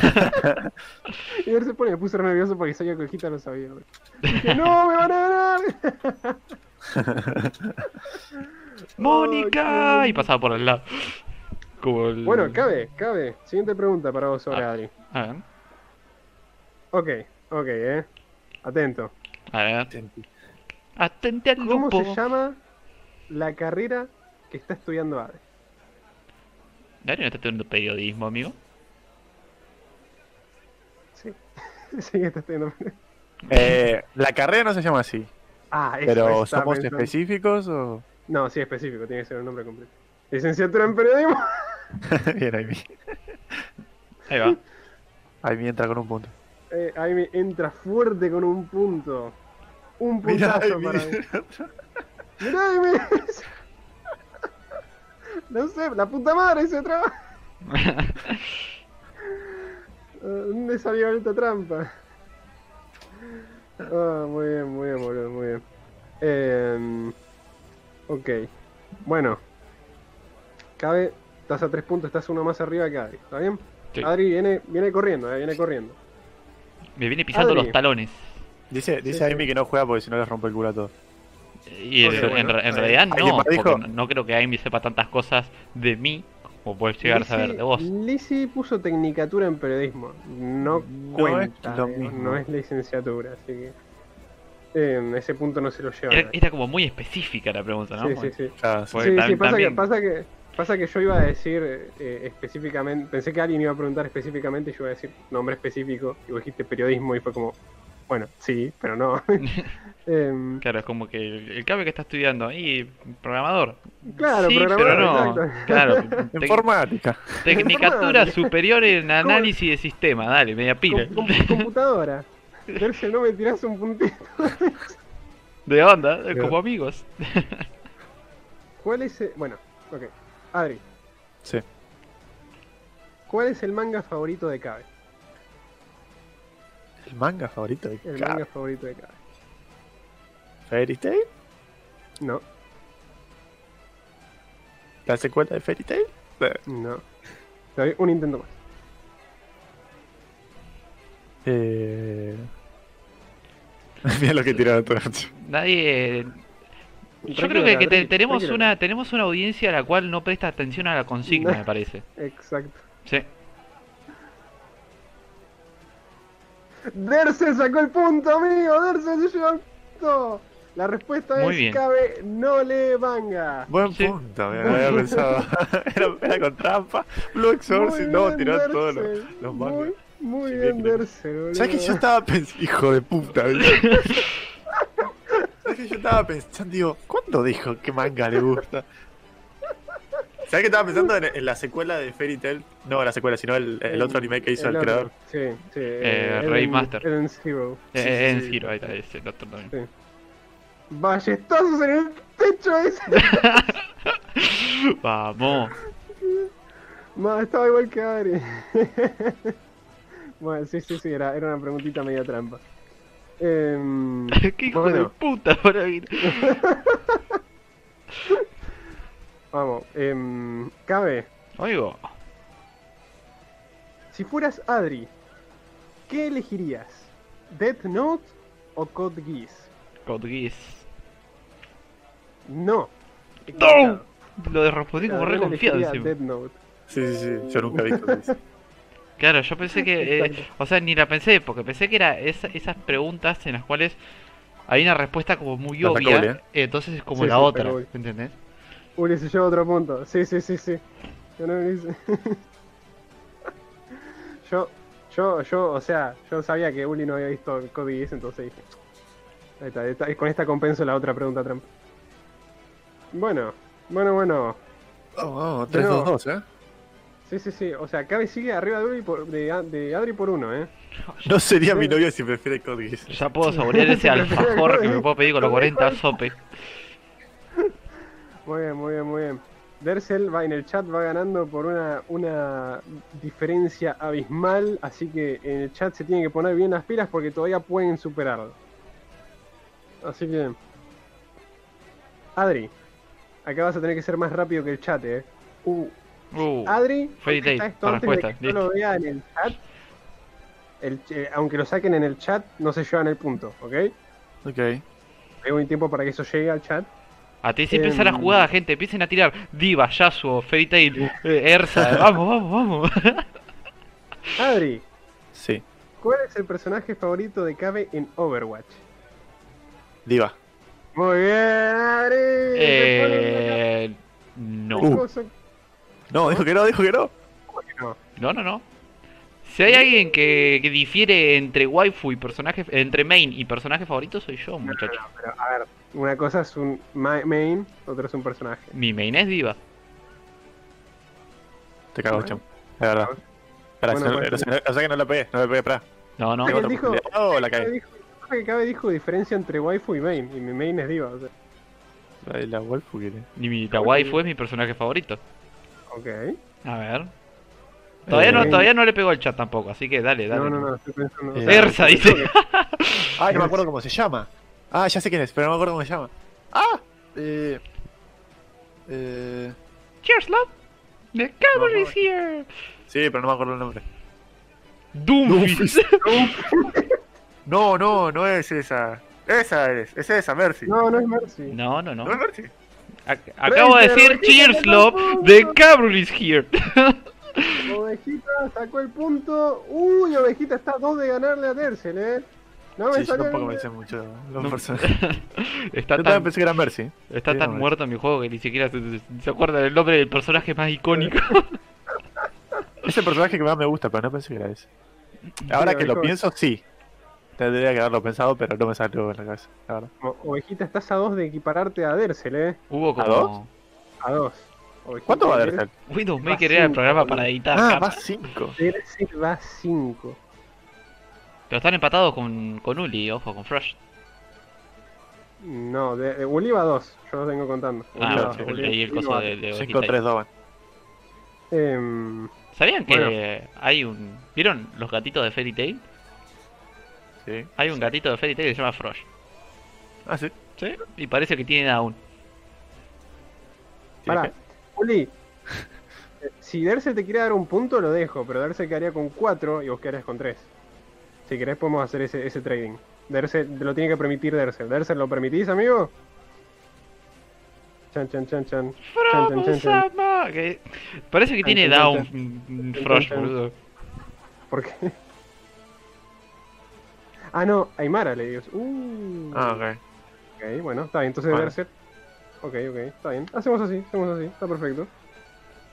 S1: y él se pone, me puse re nervioso porque sabía que Ojita no sabía. boludo. Dije, no, me van a ganar.
S2: ¡Mónica!
S1: Ay,
S2: Y pasaba por al lado. Como el-
S1: Bueno, cabe, cabe. Siguiente pregunta para vos sobre
S2: Ah.
S1: Adri.
S2: A ver,
S1: Ok, ok, eh. Atento.
S2: a ver. Atente al
S1: ¿Cómo
S2: lupo.
S1: se llama la carrera que está estudiando Adri?
S2: Dario no está estudiando periodismo, amigo.
S1: Sí. sí, que estás teniendo.
S3: Eh, la carrera no se llama así,
S1: Ah, eso
S3: pero
S1: estaba
S3: ¿somos
S1: pensando.
S3: específicos o...?
S1: No, sí, específico, tiene que ser un nombre completo. Licenciatura en periodismo.
S3: Bien, Aimi.
S2: Ahí va.
S3: Aimi entra con un punto.
S1: Eh, ahí me entra fuerte con un punto. Un
S3: Mirá,
S1: puntazo para mí.
S3: Aimi.
S1: Mirá, ahí me- No sé, la puta madre ese trabajo. Eh, ¿Dónde salió esta trampa? Ah, muy bien, muy bien, boludo, muy bien. Em, ok. Bueno. Cabe, estás a tres puntos, estás uno más arriba que Adri, ¿está bien?
S2: Sí.
S1: Adri viene, viene corriendo, eh, viene corriendo.
S2: Me viene pisando
S1: Adri.
S2: los talones.
S3: Dice, dice
S1: sí.
S3: Aimi que no juega porque si no les rompe el culo a todos.
S2: Y
S1: Ok,
S2: en- en,
S1: bueno,
S2: ra- en
S1: está bien.
S2: realidad
S3: ¿Alguien
S2: no,
S3: más dijo?
S2: porque no, no creo que Amy sepa tantas cosas de mí como puedes llegar a saber de vos.
S1: Lisi puso tecnicatura en periodismo. No
S3: No
S1: cuenta,
S3: es lo
S1: eh,
S3: mismo.
S1: no es licenciatura, así que. em, ese punto no se lo lleva.
S2: Era,
S1: nadie.
S2: era como muy específica la pregunta, ¿no?
S1: sí, sí,
S2: Bueno,
S1: sí.
S3: Claro,
S2: Pues-
S1: sí, sí,
S2: tam-
S1: pasa que,
S2: también-
S1: pasa, que, pasa que yo iba a decir eh, específicamente, pensé que alguien iba a preguntar específicamente y yo iba a decir nombre específico y vos dijiste periodismo y fue como, bueno, sí, pero no. Em,
S2: Claro, es como que el, el cabe que está estudiando ahí, programador.
S1: Claro,
S2: sí,
S1: programador,
S2: pero no.
S1: exacto.
S2: Claro, tec-
S3: Informática.
S2: tecnicatura
S1: Informática.
S2: superior en
S1: ¿Cómo?
S2: análisis de sistema, dale, media pila.
S1: com- com- computadora. Terce, no me tirás un puntito.
S2: De onda,
S3: Pero-
S2: como amigos.
S1: ¿Cuál es el... Bueno, ok. Adri,
S3: Sí.
S1: ¿cuál es el manga favorito de Cabe?
S3: El manga favorito de
S1: El
S3: Ka-
S1: manga favorito de Cabe.
S3: Fairy Tail.
S1: No,
S3: ¿La secuela de Fairy Tail? Eh,
S1: no. Te doy un intento más.
S3: Eh... Mira lo que tiraron todos.
S2: Nadie. Yo
S1: Tranquilo,
S2: creo que, que te-
S1: tranquilo,
S2: tenemos
S1: tranquilo.
S2: una tenemos una audiencia a la cual no presta atención a la consigna,
S1: No.
S2: me parece.
S1: Exacto.
S2: Sí.
S1: Dersen sacó el punto, amigo. Dersen se lleva el punto. La respuesta
S2: Muy
S1: es
S2: bien.
S1: Cabe no lee manga.
S3: Buen
S2: Sí.
S3: punto, mira, no había pensado. era, era con trampa. Blue Exorcist,
S1: Muy
S3: no,
S1: bien,
S3: tiraron todos los,
S1: Dersen.
S3: los mangas.
S1: Muy, muy
S3: Sí,
S1: bien,
S3: bien,
S1: Dersen, boludo.
S3: ¿Sabes que yo estaba pensando? Hijo de puta, ¿Sabes que yo estaba pensando? Digo, ¿cuándo dijo qué manga le gusta? ¿Sabes que estaba pensando en, en la secuela de Fairy Tail? No, la secuela, sino el, el otro anime que hizo el,
S1: otro.
S3: creador.
S1: Sí, sí.
S2: Eh,
S1: Eren-
S2: Raymaster.
S1: Eren Zero.
S3: Sí, sí,
S2: Eh, en
S3: sí.
S2: giro, ahí está, es el otro también.
S1: Balletazos en el techo ese.
S2: Vamos.
S1: Ma, estaba igual que Adri. bueno, sí, sí, sí, era, era una preguntita media trampa. Em,
S2: Qué hijo de
S1: Bueno.
S2: puta para mí.
S1: vamos, em, Cabe,
S2: Oigo,
S1: Si fueras Adri, ¿qué elegirías? ¿Death Note o Code Geass?
S2: Code Geass.
S1: No. Equivocado.
S2: Lo respondí como re
S1: Adrián
S2: confiado
S1: elegiría
S2: encima.
S1: Death Note.
S3: Sí, sí, sí. Yo nunca vi visto eso.
S2: Claro, yo pensé que. eh,
S1: Exacto.
S2: o sea, ni la pensé, porque pensé que era esa- esas preguntas en las cuales hay una respuesta como muy
S3: La
S2: obvia.
S3: sacó, ¿eh?
S2: Entonces es como
S1: Sí,
S2: la
S1: sí,
S2: otra,
S1: pero voy.
S2: ¿entendés?
S1: Uri se lleva otro punto. Sí, sí, sí, sí. Yo no me hice- yo, yo, yo, o sea, yo sabía que Uli no había visto Code Geass, entonces dije. Ahí está, ahí está, y con esta compenso la otra pregunta trampa. Bueno, bueno, bueno.
S3: Oh,
S1: tres, dos, dos,
S3: 3-2-2, ¿eh?
S1: Sí, sí, sí. O sea, Cabe sigue arriba de, Uri por- de, A- de Adri por uno, ¿eh?
S3: No sería mi novio si prefiere Code Geass.
S2: Ya puedo saborear ese alfajor que me puedo pedir con los 40 sope.
S1: Muy bien, muy bien, muy bien. Dersel va en el chat va ganando por una, una diferencia abismal, así que en el chat se tienen que poner bien las pilas porque todavía pueden superarlo. Así que. Adri, acá vas a tener que ser más rápido que el chat, eh. Uh,
S2: Uh,
S1: Adri,
S2: Fairy
S1: contesta
S2: Tail,
S1: esto
S2: la
S1: antes de
S2: respuesta,
S1: que yo lo vea en el chat. El ch- eh, aunque lo saquen en el chat, no se llevan el punto, ¿ok?
S3: Ok.
S1: Hay un tiempo para que eso llegue al chat.
S2: Anticipense a la
S1: em.
S2: jugada, gente. Empiecen a tirar Diva, Yasuo, Fairy Tail, eh, Ersa. Vamos, vamos, vamos.
S1: Adri,
S3: Sí.
S1: ¿Cuál es el personaje favorito de Cabe en Overwatch?
S3: Diva.
S1: Muy bien, Ari. te ponen acá.
S2: Eh, no.
S3: Uh.
S1: Coso- Uh.
S3: No, dijo que no, dijo que no.
S1: no.
S2: No, no, no. Si hay alguien que, que difiere entre waifu y personaje, entre main y personaje favorito, soy yo,
S1: No, no,
S2: muchachos.
S1: no, pero a ver, una cosa es un ma- main, otra es un personaje.
S2: Mi main es diva.
S3: Te cago, chamo. De verdad. Pará,
S1: Bueno,
S3: si no-
S1: bueno.
S3: o sea, no- o sea que no la pegué, no la pegué, pará.
S2: No, no.
S1: Ay,
S3: ¿Tengo
S1: él
S3: otra
S1: dijo-
S3: posibilidad o Oh, la
S1: Cabe
S3: cagué?
S1: dijo, que Cabe dijo diferencia entre waifu y main, y mi main es diva, o sea,
S3: La, la waifu quiere.
S2: Ni mi la waifu es mi personaje favorito.
S1: ok.
S2: A ver. Todavía no,
S1: Eh.
S2: todavía no le pegó el chat tampoco, así que dale, dale.
S1: No, no, no, estoy pensando.
S3: Eh,
S2: Ersa dice.
S3: Ah, no me acuerdo cómo se llama. Ah, ya sé quién es, pero no me acuerdo cómo se llama. Ah, eh. Eh.
S2: Cheers, love. The camera
S3: No, no.
S2: is here.
S3: Sí, pero no me acuerdo el nombre.
S2: Doomfist.
S3: No, no, no es esa. Esa es, es esa, Mercy. No,
S1: No, no es Mercy.
S2: No, no, no.
S3: es Mercy.
S2: Ac- acabo de
S1: Ranger,
S2: decir
S1: ¿qué
S2: Cheers,
S1: pasó?
S2: love. The camera is here.
S1: Ovejita sacó el punto. Uy, Ovejita está a dos de ganarle a Tercel, eh. No me
S3: Sí, yo
S1: salió
S3: tampoco
S1: el-
S3: me sé mucho los
S2: No.
S3: personajes.
S2: Está
S3: Yo también
S2: tan,
S3: pensé que era Mercy.
S2: está
S3: sí,
S2: tan
S3: no,
S2: muerto mi juego que ni siquiera se, se acuerda del nombre del personaje más icónico.
S3: Es el personaje que más me gusta, pero no pensé que era ese. Ahora
S1: Sí,
S3: que lo
S1: mejor.
S3: pienso, sí. Tendría que haberlo pensado, pero no me salió en la cabeza, la verdad.
S1: O- Ovejita, estás a dos de equipararte a Dersel, eh.
S2: Hubo
S3: ¿A
S2: como.
S1: A dos. Ovejita
S3: ¿Cuánto va a
S1: y
S3: dar Cell?
S1: Más
S2: Widowmaker era el
S1: cinco,
S2: programa
S1: boludo.
S2: para editar.
S3: Ah,
S2: capa.
S3: más 5.
S1: Dersel va a cinco.
S2: Pero están empatados con, con Uli, ojo, con Fresh.
S1: No, de, de Uli va a dos. Yo los vengo contando.
S2: Ah,
S1: Uli va
S3: no,
S1: a dos,
S2: bueno,
S1: Uli-
S2: leí el
S1: Uli
S2: coso
S1: va a
S2: de, de Hojita
S3: 5,
S2: ahí.
S3: 3, 2,
S1: dos. Em,
S2: ¿Sabían que
S1: Bueno.
S2: hay un. ¿Vieron los gatitos de Fairy Tail?
S3: Sí.
S2: Hay un gatito de Fairy Tail que se llama Frosh.
S3: Ah, sí.
S2: ¿Sí? Y parece que tiene Down.
S3: ¿Tiene
S1: Pará, Uli. eh, Si Derse te quiere dar un punto, lo dejo, pero Derse quedaría con 4 y vos quedarías con 3. Si querés, podemos hacer ese, ese trading. Derse te lo tiene que permitir Derse. ¿Derse lo permitís, amigo? Chan, chan, chan, chan. Chan, chan, chan, chan.
S2: From que Parece que
S1: Chan,
S2: tiene
S1: chan,
S2: Down
S1: chan.
S2: mm,
S1: Chan, chan,
S2: Frosh,
S1: chan.
S2: boludo.
S1: ¿Por qué? Ah, no, Aymara le digo. Uh,
S3: que- Ah, ok.
S1: ok, bueno, está bien. Entonces
S3: Bueno.
S1: Derse. Ok, ok, está bien. Hacemos así, hacemos así, está perfecto.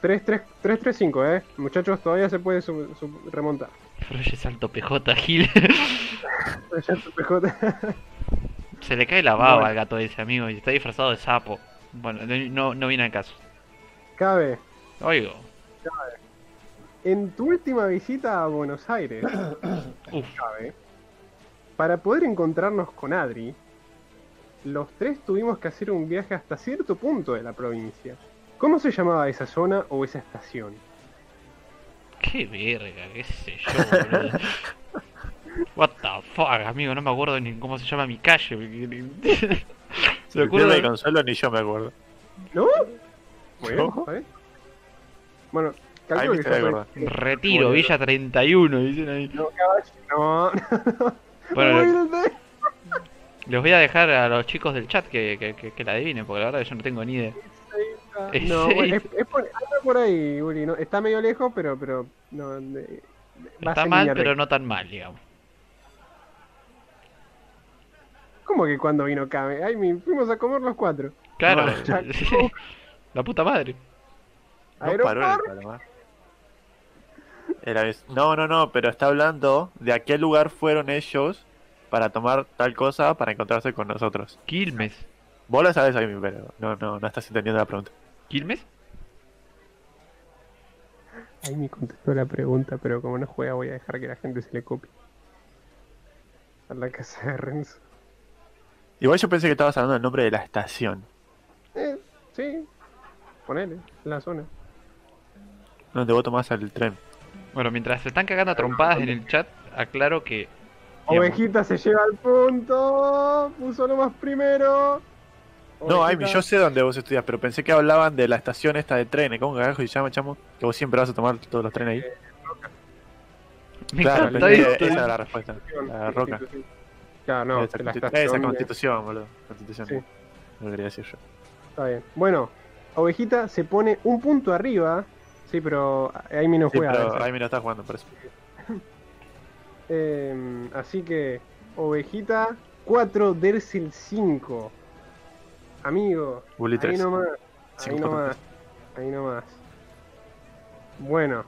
S1: 3-3-5, eh. Muchachos, todavía se puede sub- sub- remontar.
S2: Frosh es alto PJ, Gil.
S1: Ya se PJ.
S2: se le cae la baba
S1: Bueno.
S2: al gato ese, amigo, y está disfrazado de sapo. Bueno, no, no viene al caso.
S1: Cabe,
S2: Oigo.
S1: en tu última visita a Buenos Aires,
S2: Uf.
S1: Cabe, para poder encontrarnos con Adri, los tres tuvimos que hacer un viaje hasta cierto punto de la provincia. ¿Cómo se llamaba esa zona o esa estación?
S2: Qué verga, qué sé yo, boludo. What the fuck, amigo, no me acuerdo ni cómo se llama mi calle.
S3: Se me
S2: acuerdo-
S3: de Consuelo ni yo me acuerdo.
S1: ¿No? Muy bien,
S3: No.
S1: está bien. Bueno,
S3: Ahí
S1: calculo
S3: me
S1: que
S3: estoy de
S1: yo
S3: acuerdo.
S1: soy-
S2: Retiro, Villa 31, dicen ahí.
S1: No, caballo, no.
S2: Bueno,
S1: Muérete.
S2: les voy a dejar a los chicos del chat que, que, que- que la adivinen, porque la verdad que yo no tengo ni idea. Es
S1: No,
S2: seis.
S1: bueno, es, es por, anda por ahí, Uri. no, está medio lejos, pero, pero no, de- de- va
S2: Está
S1: en
S2: mal,
S1: línea recta.
S2: pero no tan mal, digamos.
S1: ¿Cómo que cuando vino Kame? Ay, mi- fuimos a comer los cuatro.
S2: Claro,
S3: No,
S1: ya-
S2: la puta madre.
S3: No paró en el
S1: Aeroparque.
S3: Palomar. Era es- No, no, no, pero está hablando de a qué lugar fueron ellos para tomar tal cosa para encontrarse con nosotros.
S2: Quilmes.
S3: Vos la sabes ahí, pero no, no, no estás entendiendo la pregunta.
S2: ¿Quilmes?
S1: Ahí me contestó la pregunta, pero como no juega voy a dejar que la gente se le copie. A la casa de Renzo.
S3: Igual yo pensé que estabas hablando del nombre de la estación.
S1: Eh, sí. Ponele, la zona.
S3: Donde vos tomás el tren.
S2: Bueno, mientras se están cagando a trompadas en el chat, aclaro que. digamos,
S1: Ovejita se lleva al punto. Puso lo más primero.
S3: No,
S1: Ovejita-
S3: Aimi, yo sé dónde vos estudias, pero pensé que hablaban de la estación esta de trenes. ¿Cómo carajo se llama, chamo? Que vos siempre vas a tomar todos los trenes ahí.
S2: Me
S3: claro,
S2: encanta
S3: pensé que
S2: esto.
S3: esa era la respuesta. La roca.
S1: Constitución. Claro, no,
S3: esa,
S1: la
S3: constitu-
S1: estación
S3: esa
S1: de-
S3: constitución, boludo. Constitución.
S1: Sí.
S3: No lo quería decir yo.
S1: Está bien. Bueno, Ovejita se pone un punto arriba. Sí, pero Aimi no
S3: Sí,
S1: juega. ¿eh?
S3: pero
S1: Renzo.
S3: Aimi no está jugando, por eso.
S1: Eh, así que, ovejita 4, Dersil 5. Amigo,
S3: Bully
S1: ahí
S3: 3.
S1: nomás. Ahí
S3: Cinco
S1: nomás. Ahí nomás. Bueno.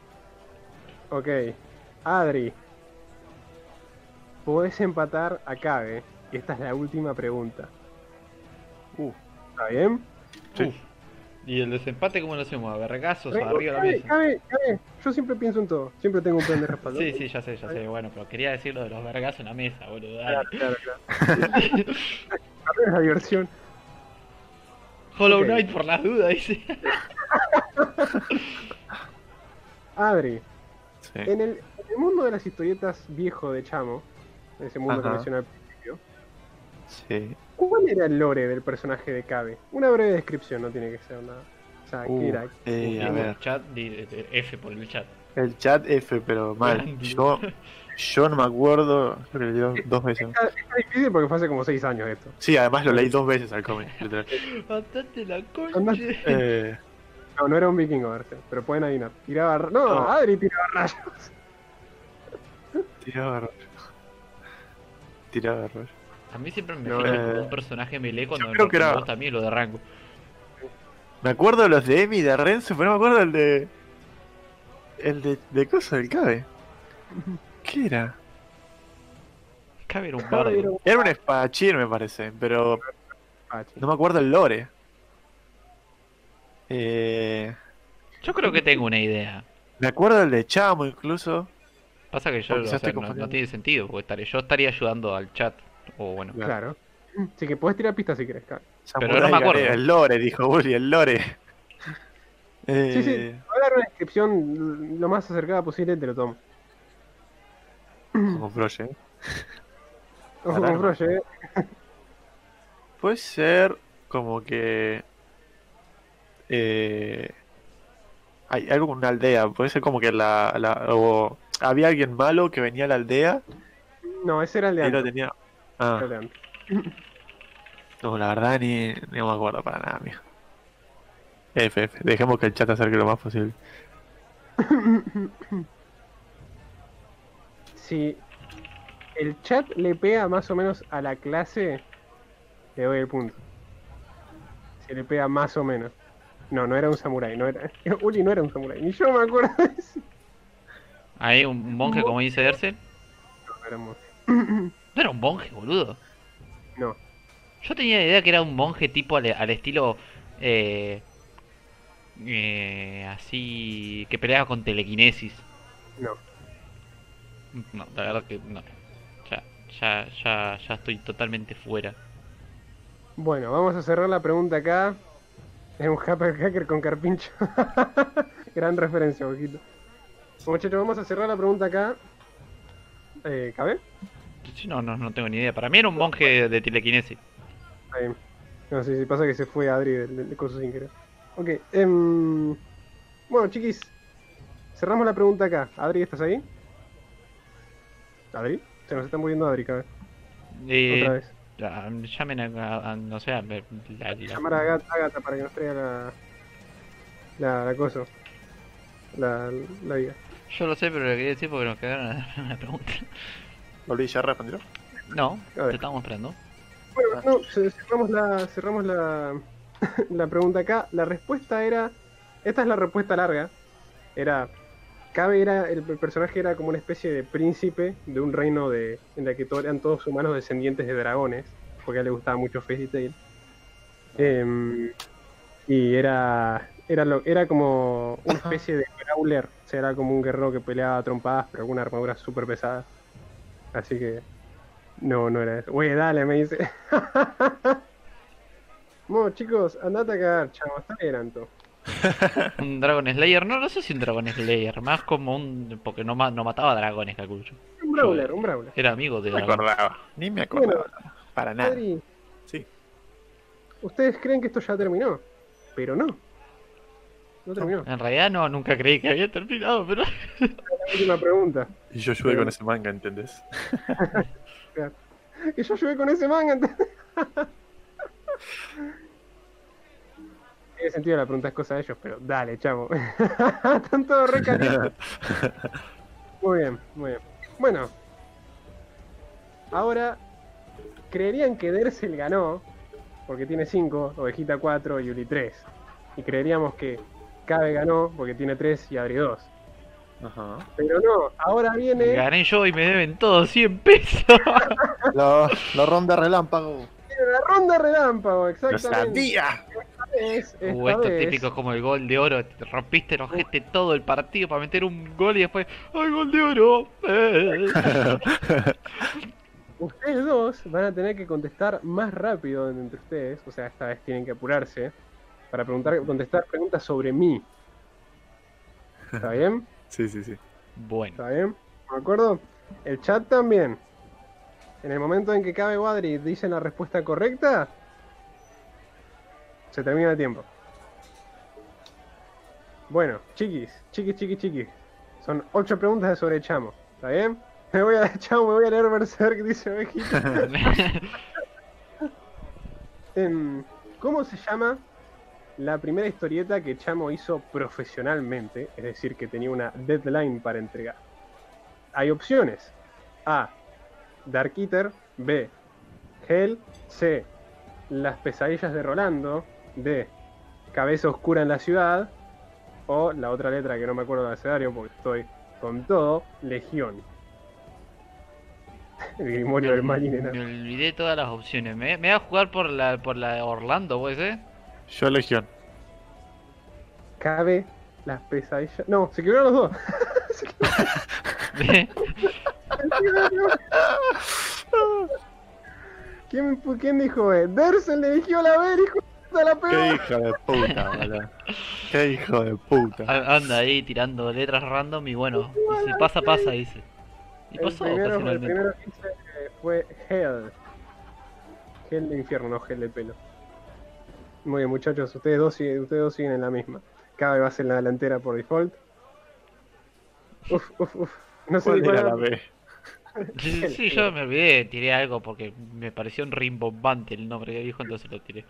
S1: Ok. Adri, podés empatar a Cabe. Y esta es la última pregunta.
S3: Uh,
S1: ¿Está bien?
S3: sí.
S2: Uf. ¿Y el desempate cómo lo hacemos? ¿A vergazos?
S1: Re-
S2: ¿Arriba de la
S1: Cabe,
S2: mesa?
S1: Cabe, Cabe, yo siempre pienso en todo. Siempre tengo un plan de respaldo.
S2: Sí, sí, ya sé, ya sé. Bueno, pero quería decir lo de los vergazos en la mesa, boludo. dale.
S1: Claro, claro, claro. También es la diversión.
S2: Hollow
S1: ok.
S2: Knight por las dudas, dice.
S1: Adri,
S3: Sí.
S1: en el, en el mundo de las historietas viejo de Chamo, en ese mundo que
S3: Ajá.
S1: mencioné al
S3: sí.
S1: ¿Cuál era el lore del personaje de Cabe? Una breve descripción, no tiene que ser nada. O sea,
S3: Uh,
S1: ¿qué era?
S3: eh, a
S2: Pusimos
S3: ver.
S2: Chat, di- di- di- F por el chat.
S3: El chat F, pero mal.
S2: Grande.
S3: Yo, yo no me acuerdo. Creo que le dio dos veces.
S1: Está difícil porque fue hace como 6 años esto.
S3: Sí, además lo leí dos veces al cómic. literal.
S2: Matate la
S1: Andate.
S2: concha.
S3: Eh,
S1: No, no era un vikingo, Marcel, pero pueden adivinar. Tiraba. ra- No,
S3: No.
S1: Adri tiraba rayos.
S3: tiraba rollo. Tiraba rollo.
S2: A mí siempre me
S1: No,
S2: fijan
S3: eh,
S2: como un personaje melee cuando
S3: creo que
S2: me
S3: era-
S2: gusta a mí lo de rango.
S3: Me acuerdo de los de Emi y de Renzo, pero no me acuerdo el de. El de. de cosa del Cabe. ¿Qué era?
S2: Cabe era un bardo.
S1: Cabe era un
S3: Era un espadachín, me parece, pero
S1: pache.
S3: no me acuerdo el lore. Eh,
S2: Yo creo que tengo una idea.
S3: me acuerdo el de Chamo, incluso.
S2: Pasa que yo
S3: Porque
S2: o
S3: ya
S2: sea,
S3: estoy
S2: no, no
S3: confundiendo.
S2: tiene sentido, porque estaré, yo estaría ayudando al chat. O bueno.
S1: Claro. Así que podés tirar pistas si querés, Cabe.
S2: Pero no me
S3: Samurai
S2: acuerdo.
S3: Gare- El lore, dijo Bully, el lore. Eh,
S1: Sí, sí. Voy a dar una descripción lo más acercada posible, te lo tomo.
S3: Como Froye.
S1: Ojo con
S3: Alarma.
S1: Froye, eh.
S3: Puede ser como que. Eh, hay algo con una aldea. Puede ser como que la. la- o había alguien malo que venía a la aldea
S1: No, ese era el de
S3: y lo
S1: antes.
S3: tenía.
S1: era
S3: Ah,
S1: el de antes.
S3: no, la verdad ni, ni me acuerdo para nada, mijo. F, F. Dejemos que el chat acerque lo más posible.
S1: Si el chat le pega más o menos a la clase, le doy el punto. Si le pega más o menos. No, no era un samurái, no era. Uli no era un samurái, ni yo me acuerdo de eso.
S2: Ahí un monje, como dice Ercel.
S1: No, era un monje.
S2: No era un monje, boludo.
S1: No,
S2: Yo tenía la idea que era un monje tipo al, al estilo. Eh, eh, así. que peleaba con telequinesis.
S1: no.
S2: No, la verdad que no. Ya, ya, ya, ya estoy totalmente fuera.
S1: Bueno, vamos a cerrar la pregunta acá. Es un hacker hacker con carpincho. Gran referencia, ojito. Muchachos, vamos a cerrar la pregunta acá. Eh, ¿Cabe?
S2: Sí, no, no, no tengo ni idea. Para mí era un monje de telequinesis.
S1: Ahí. No sé si pasa que se fue Adri del, del coso sin querer. Ok, em, bueno, chiquis. Cerramos la pregunta acá. Adri, ¿estás ahí? ¿Adri? Se nos está muriendo Adri, cabe.
S2: Eh,
S1: Otra vez.
S2: ah, llamen a, a- a- no sé, a, ver, la- la-
S1: Llamar a Agat- Agatha para que nos traiga la. La, la cosa. La, la guía.
S2: Yo lo sé, pero lo quería decir porque nos quedaron a una pregunta.
S3: Volví ya respondió.
S2: No,
S1: A ver.
S2: te estamos esperando.
S1: Bueno, no, ce- cerramos la, cerramos la, la pregunta acá. La respuesta era. Esta es la respuesta larga. Era. Cabe era. El, el personaje era como una especie de príncipe de un reino de, en la que to- eran todos humanos descendientes de dragones. Porque a él le gustaba mucho Fairy Tail. Em, y era. Era, lo, era como una
S3: Ajá.
S1: especie de brawler. O sea, era como un guerrero que peleaba a trompadas, pero con una armadura súper pesada. Así que. No, no era eso. Güey, dale, me dice. Bueno, chicos, andate a cagar, chavo, está bien, Anto.
S2: Un Dragon Slayer, no, no sé si un Dragon Slayer, más como un. porque no, ma- no mataba dragones, calculo yo.
S1: Un brawler, un brawler.
S2: Era amigo de
S3: No me
S2: dragón.
S3: acordaba. Ni me acordaba. Para nada.
S1: Adri,
S3: Sí.
S1: ustedes creen que esto ya terminó, pero no. No terminó.
S2: En realidad, no, nunca creí que había terminado, pero.
S1: La última pregunta.
S3: Y yo ayudé con ese manga, ¿entendés?
S1: Que yo llevé con ese manga. ¿entendés? Tiene sentido la pregunta, es cosa de ellos, pero dale, chavo. Están todos re calientes. Muy bien, muy bien. Bueno. Ahora, creerían que Dersel ganó, porque tiene 5, Ovejita 4 y Uli 3. Y creeríamos que Cabe ganó, porque tiene 3 y Adri 2.
S3: Ajá.
S1: Pero no, ahora viene,
S2: Gané yo y me deben todos 100 pesos.
S4: La, la ronda relámpago.
S1: viene la ronda relámpago,
S3: ¡Lo
S1: exactamente.
S3: sabía!
S1: Es, esta
S2: O esto
S1: vez-
S2: típico como el gol de oro. Te rompiste el ojete todo el partido para meter un gol y después. ¡Ay, gol de oro! Eh.
S1: Ustedes dos van a tener que contestar más rápido entre ustedes, o sea, esta vez tienen que apurarse para preguntar, contestar preguntas sobre mí. ¿Está bien?
S3: Sí, sí, sí.
S2: Bueno,
S1: ¿Está bien? ¿Me acuerdo? El chat también. En el momento en que cabe Wadri y dicen la respuesta correcta, se termina el tiempo. Bueno, chiquis, chiquis, chiquis, chiquis. Son ocho preguntas sobre Chamo. ¿Está bien? Me voy a Chamo, me voy a leer Berserk, dice Ovejita. Em, ¿Cómo se llama la primera historieta que Chamo hizo profesionalmente? Es decir, que tenía una deadline para entregar. Hay opciones. A. Dark Eater. B. Hell. C. Las pesadillas de Rolando. D. Cabeza oscura en la ciudad. O la otra letra que no me acuerdo del abecedario porque estoy con todo. Legión. El grimorio del mal
S2: me olvidé todas las opciones. Me, me voy a jugar por la, por la de Orlando, ¿puede ser?
S3: Yo Legión.
S1: cabe las pesadillas. No, se quebraron los dos. ¿Quién, ¿Quién dijo? Eh? Dersel le eligió la ver, hijo de la
S4: Qué
S1: peor.
S4: hijo de puta, boludo.
S3: ¡Qué hijo de puta!
S2: A- Anda ahí tirando letras random y bueno, y si pasa, pasa, dice. Y
S1: El
S2: pasó
S1: primero, el
S2: ocasionalmente.
S1: primero que hice eh, fue Hell. Hell de infierno, no Hell de pelo. Muy bien, muchachos, ustedes dos, siguen- ustedes dos siguen en la misma. Cabe va a ser la delantera por default. Uf, uf, uf. No sé
S3: ¿Cuál
S1: ni cuál
S3: era
S1: era.
S3: la B?
S2: Sí, sí, yo me olvidé, tiré algo porque me pareció un rimbombante el nombre que dijo, entonces lo tiré.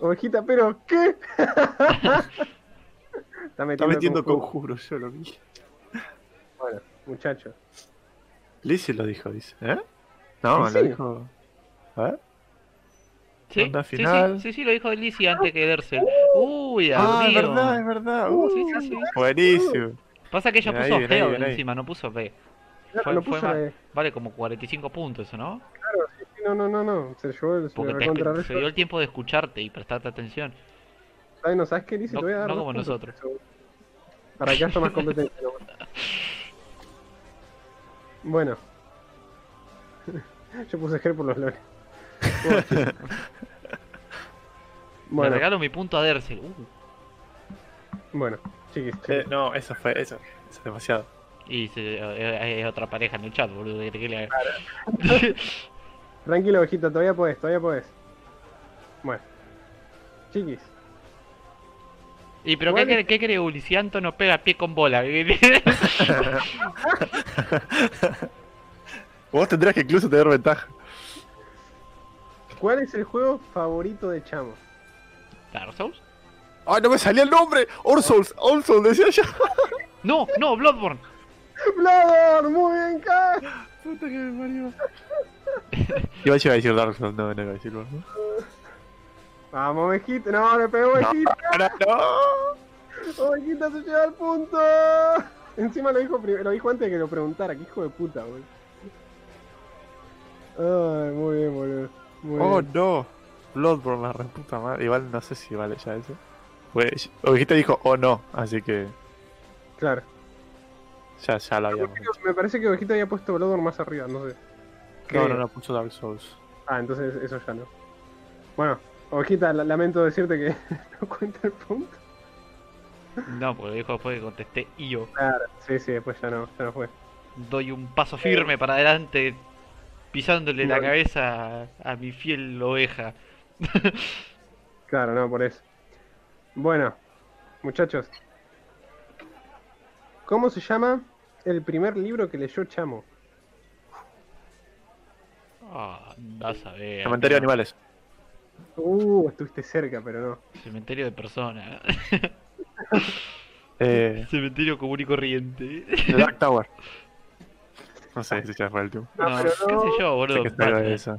S1: Ovejita, pero ¿qué? Está metiendo,
S3: Está metiendo
S1: conjuro.
S3: conjuro, yo lo vi.
S1: Bueno, muchachos.
S3: Lizzie lo dijo, dice. ¿Eh? No,
S1: ¿En
S3: lo
S1: serio?
S3: dijo. ¿Eh? A ver.
S2: Sí,
S3: Ronda
S2: sí, sí,
S3: final.
S2: sí, sí, lo dijo Lizzie antes que Dersel. Uy,
S3: Ah, es
S2: amigo.
S3: verdad, es verdad. Uh,
S2: Sí, sí, sí.
S3: Buenísimo.
S2: Pasa que ella
S3: Bien ahí,
S2: puso
S3: bien ahí,
S2: Hell
S3: bien ahí.
S2: encima, no puso B.
S1: Claro,
S2: Fue-
S1: no
S2: fue
S1: puso
S2: mal.
S1: de-
S2: Vale como 45 puntos eso, ¿no?
S1: No, no, no, no. Se llevó el se
S2: Porque
S1: lo
S2: te
S1: recontra
S2: escu- se dio el tiempo de escucharte y prestarte atención.
S1: Ay, no sabes qué dice,
S2: No-
S1: te voy a dar
S2: no
S1: dos
S2: como
S1: puntos.
S2: nosotros.
S1: Para que haya más competencia. ¿no? bueno. Yo puse Ger por los loles.
S2: Le
S1: bueno,
S2: regalo mi punto a Dersel. Uh,
S1: bueno, chiquis. chiquis.
S3: Eh, no, eso fue, eso. Eso es demasiado.
S2: y se- eh, es otra pareja en el chat, boludo. ¿qué le haga?
S1: Tranquilo, ovejita, todavía podés, todavía podés. Bueno. Chiquis.
S2: ¿Y pero qué
S1: Igual-
S2: cree, qué cree Ulicianto no pega pie con bola?
S4: Vos tendrás que incluso tener ventaja.
S1: ¿Cuál es el juego favorito de Chamo?
S2: ¿Dark Souls?
S4: ¡Ay, no me salía el nombre! Orsouls, Orsouls, decía yo.
S2: No, no, Bloodborne.
S1: ¡Blador! ¡Muy bien, Kai!
S3: Puta que me parió. Iba yo iba a decir Dark Souls, no, no iba a decir Dark Souls.
S1: Vamos, ovejita. No, le pegó ovejita.
S3: ¡Ahora no!
S1: Ovejita se lleva el punto. Encima lo dijo, pri- lo dijo antes de que lo preguntara. Qué hijo de puta, boludo. Ay, muy bien, boludo. Muy
S3: ¡Oh,
S1: bien.
S3: no! Bloodborne, la reputa madre. Igual no sé si vale ya eso. Pues, Ovejita dijo, oh no, así que
S1: Claro.
S3: ya, ya lo habíamos hecho.
S1: Me parece que Ovejita había puesto Bloodborne más arriba, no sé.
S3: No,
S1: Creo.
S3: no, no, puso Dark Souls.
S1: Ah, entonces eso ya no. Bueno, Ovejita, la- lamento decirte que no cuenta el punto.
S2: No, porque dijo después que contesté y yo.
S1: Claro. Sí, sí, después ya no, ya no fue.
S2: Doy un paso firme para adelante, pisándole la
S1: Bueno.
S2: cabeza a, a mi fiel oveja.
S1: Claro, no, por eso. Bueno, muchachos. ¿Cómo se llama el primer libro que leyó Chamo?
S2: Ah, andás a ver.
S3: Cementerio de animales.
S1: Uh, estuviste cerca, pero no.
S2: Cementerio de personas.
S3: Eh,
S2: Cementerio común y corriente.
S3: The Dark Tower. No sé si ya fue el último.
S1: No,
S2: No,
S1: pero
S2: qué
S1: no.
S2: sé yo,
S3: Sé
S2: boludo.
S3: que estaba
S2: Batman.
S3: esa.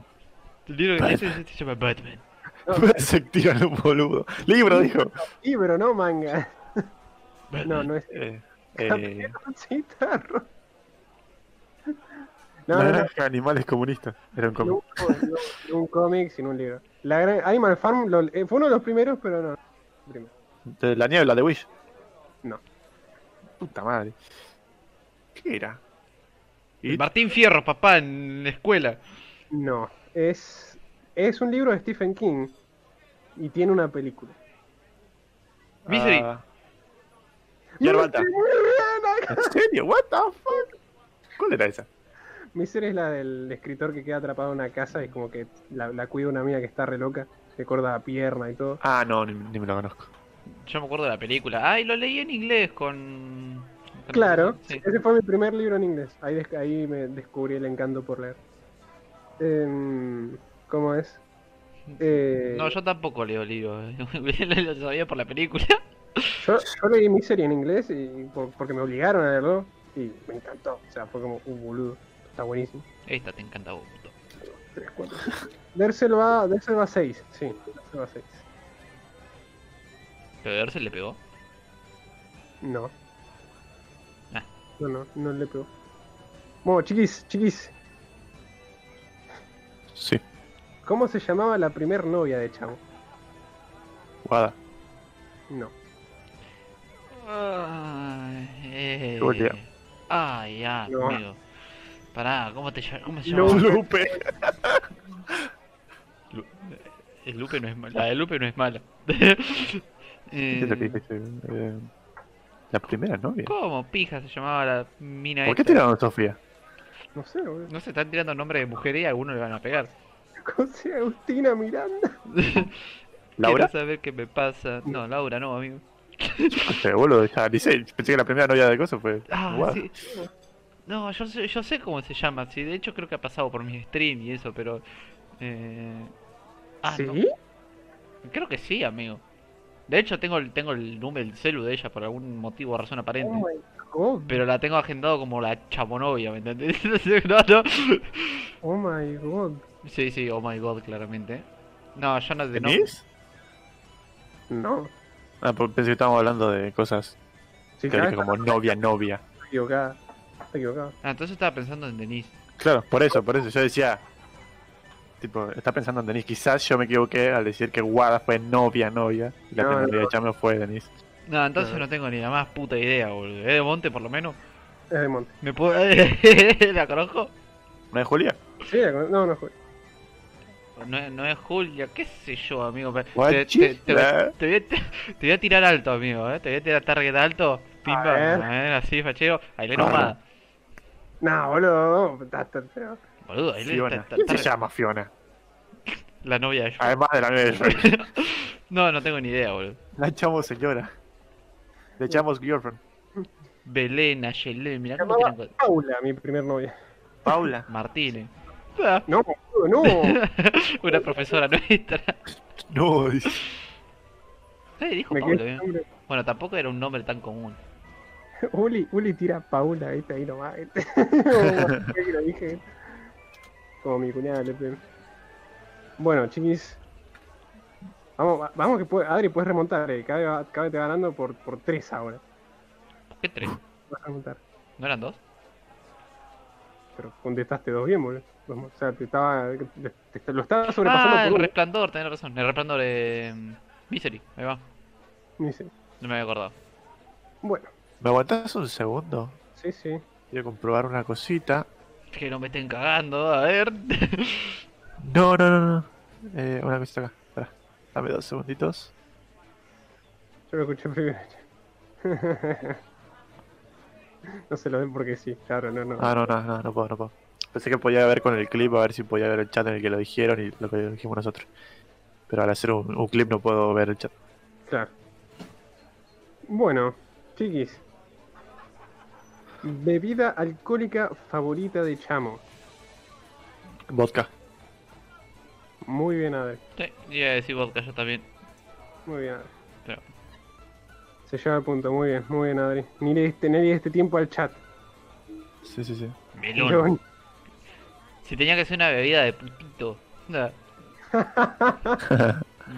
S2: El libro que ese se llama Batman.
S3: Se tiran un boludo. Libro, dijo.
S1: Libro, no manga.
S2: Batman.
S1: No, no es.
S3: Eh,
S5: Eh,
S1: Chitarro. No, no, no,
S3: Naranja, animales comunistas. Era un
S1: no,
S3: cómic.
S1: no, no, un cómic, sino un libro. La gran- Animal Farm lo- eh, fue uno de los primeros, pero no. primero.
S3: De La niebla de Wish.
S1: No.
S3: Puta madre.
S5: ¿Qué era?
S2: El Martín Fierro, papá, en la escuela.
S1: No, es, es un libro de Stephen King y tiene una película.
S2: Misery.
S5: Ah,
S1: ¡No,
S5: Yerbalta.
S1: estoy muy bien acá!
S5: ¿En serio? ¿What the fuck? ¿Cuál era esa?
S1: Misery es la del escritor que queda atrapado en una casa y como que la, la cuida una mina que está re loca, se corta la pierna y todo.
S5: Ah, no, ni, ni me lo conozco.
S2: Yo me acuerdo de la película. Ay, lo leí en inglés con. con-
S1: Claro,
S2: sí.
S1: ese fue mi primer libro en inglés. Ahí, des- ahí me descubrí el encanto por leer. Em, ¿Cómo es? Eh,
S2: No, yo tampoco leo libros. lo sabía por la película.
S1: Yo, yo leí Misery en inglés y por- porque me obligaron a leerlo y me encantó. O sea, fue como un boludo. Está buenísimo.
S2: Esta te encanta, puto.
S1: Tres, cuatro. Dercel va, Dercel va 6, sí. Dercel va 6.
S2: ¿Pero de Arce le pegó?
S1: No.
S2: Ah.
S1: No, no, no le pegó. Bueno, chiquis, chiquis.
S3: Sí.
S1: ¿Cómo se llamaba la primer novia de Chavo?
S3: Guada.
S1: No.
S2: Ay, eh.
S3: Julia.
S2: Ay, ya,
S1: No.
S2: amigo. Pará, ¿cómo, te, ll- cómo se
S1: No.
S2: llama?
S3: Lupe.
S2: El eh, Lupe no es mala. La de Lupe no es mala.
S3: ¿Qué es lo que
S2: eh,
S3: dijiste? Eh, la primera novia.
S2: ¿Cómo pija se llamaba la mina
S3: ¿Por qué
S2: esta?
S3: tiraron a Sofía?
S1: No sé, boludo.
S2: No se están tirando nombres de mujeres y a alguno le van a pegar.
S1: José Agustina Miranda.
S2: Quiero
S3: ¿Laura?
S2: saber qué me pasa. No, Laura no, amigo.
S3: Este, boludo, ya, ni sé, pensé que la primera novia de cosa fue.
S2: Ah,
S3: Guada.
S2: sí. No, yo sé, yo sé cómo se llama. Sí, de hecho creo que ha pasado por mis stream y eso, pero... eh, Ah,
S1: ¿Sí?
S2: no. Creo que sí, amigo. De hecho tengo el, tengo el número del celu de ella por algún motivo o razón aparente.
S1: Oh my god.
S2: Pero la tengo agendado como la chabonovia, ¿me entendés? Entonces, no, no.
S1: Oh my god.
S2: Sí, sí, oh my god, claramente. No, yo no... de no-
S3: ¿Denise?
S1: No.
S3: Ah, por- pensé que estábamos hablando de cosas
S1: Sí,
S3: que dije
S1: claro,
S3: como novia, novia.
S1: está equivocada. Está equivocada.
S2: Ah, entonces estaba pensando en Denise.
S3: Claro, por eso, por eso yo decía. Tipo, está pensando en Denise. Quizás yo me equivoqué al decir que Guada fue novia, novia. Y la
S1: No,
S3: primera
S1: no.
S3: novia de Chamo fue Denise.
S2: No, entonces
S1: Claro.
S2: no tengo ni la más puta idea, boludo. ¿Es de Monte por lo menos?
S1: Es de Monte.
S2: ¿Me puedo...? ¿La conozco?
S3: ¿No es Julia?
S1: Sí, la con- no, no fue.
S2: No, es- no es Julia, qué sé yo, amigo. pero
S3: What
S2: Te, te- te-
S3: chifla?
S2: te voy a, te voy a tirar alto, amigo, ¿eh? Te voy a tirar target alto. Pimba,
S1: ver.
S2: ¿eh? así, fachero. Ahí le
S3: Ah.
S2: nomás.
S1: No, boludo. no, está- está- está-
S2: Boludo, ahí le
S3: Fiona.
S2: ta- ta-
S3: ¿Quién se
S2: target-
S3: llama Fiona?
S2: La novia de Joe.
S3: Además de la novia de Shrek.
S2: No, no tengo ni idea, boludo.
S3: La echamos señora. Le echamos girlfriend.
S2: Belén, Ayelé, mirá
S1: Se
S2: cómo
S1: llamaba
S2: tienen co-
S1: Paula, mi primer novia.
S3: Paula.
S2: Martínez. Ah,
S1: No, boludo, no.
S2: Una profesora nuestra.
S3: No, dice.
S2: Nadie dijo
S1: Me
S2: Pablo,
S1: quedé
S2: ¿eh?
S1: sin nombre.
S2: Bueno, tampoco era un nombre tan común.
S1: Uli, Uli tira a Paula, viste, ahí nomás. viste. Como que lo dije. Como mi cuñada le pe- Bueno, chiquis. Vamos, va- vamos que puede, Adri, puedes remontar. eh, Cada vez, va- cada vez te va ganando por, por tres ahora.
S2: ¿Por qué tres?
S1: Vas a remontar.
S2: ¿No eran dos?
S1: Pero contestaste dos bien, boludo. O sea, te estaba. te- te- lo estaba sobrepasando
S2: Ah, el
S1: por uno.
S2: resplandor, tenés razón. El resplandor de. Misery, ahí va.
S1: Dice,
S2: No me había acordado.
S1: Bueno,
S3: ¿Me aguantás un segundo?
S1: sí, sí.
S3: Quiero comprobar una cosita.
S2: Que no me estén cagando, a ver.
S3: No, no, no, no. Eh, una cosita acá. Pará. Dame dos segunditos.
S1: Yo lo escuché primero. no se lo den porque sí, claro, no, no.
S3: Ah, no, no, no, no puedo, no puedo. Pensé que podía ver con el clip, a ver si podía ver el chat en el que lo dijeron y lo que dijimos nosotros. Pero al hacer un, un clip no puedo ver el chat.
S1: Claro. Bueno, chiquis. Bebida alcohólica favorita de Chamo.
S3: Vodka.
S1: Muy bien, Adri.
S2: Sí, iba a decir vodka yo también.
S1: Muy bien, Adri.
S2: Claro.
S1: Se lleva el punto, muy bien, muy bien, Adri. Ni le diste, ni le diste tiempo al chat.
S3: Sí, sí, sí.
S2: Melón.
S1: León.
S2: Si tenía que ser una bebida de putito. Nah.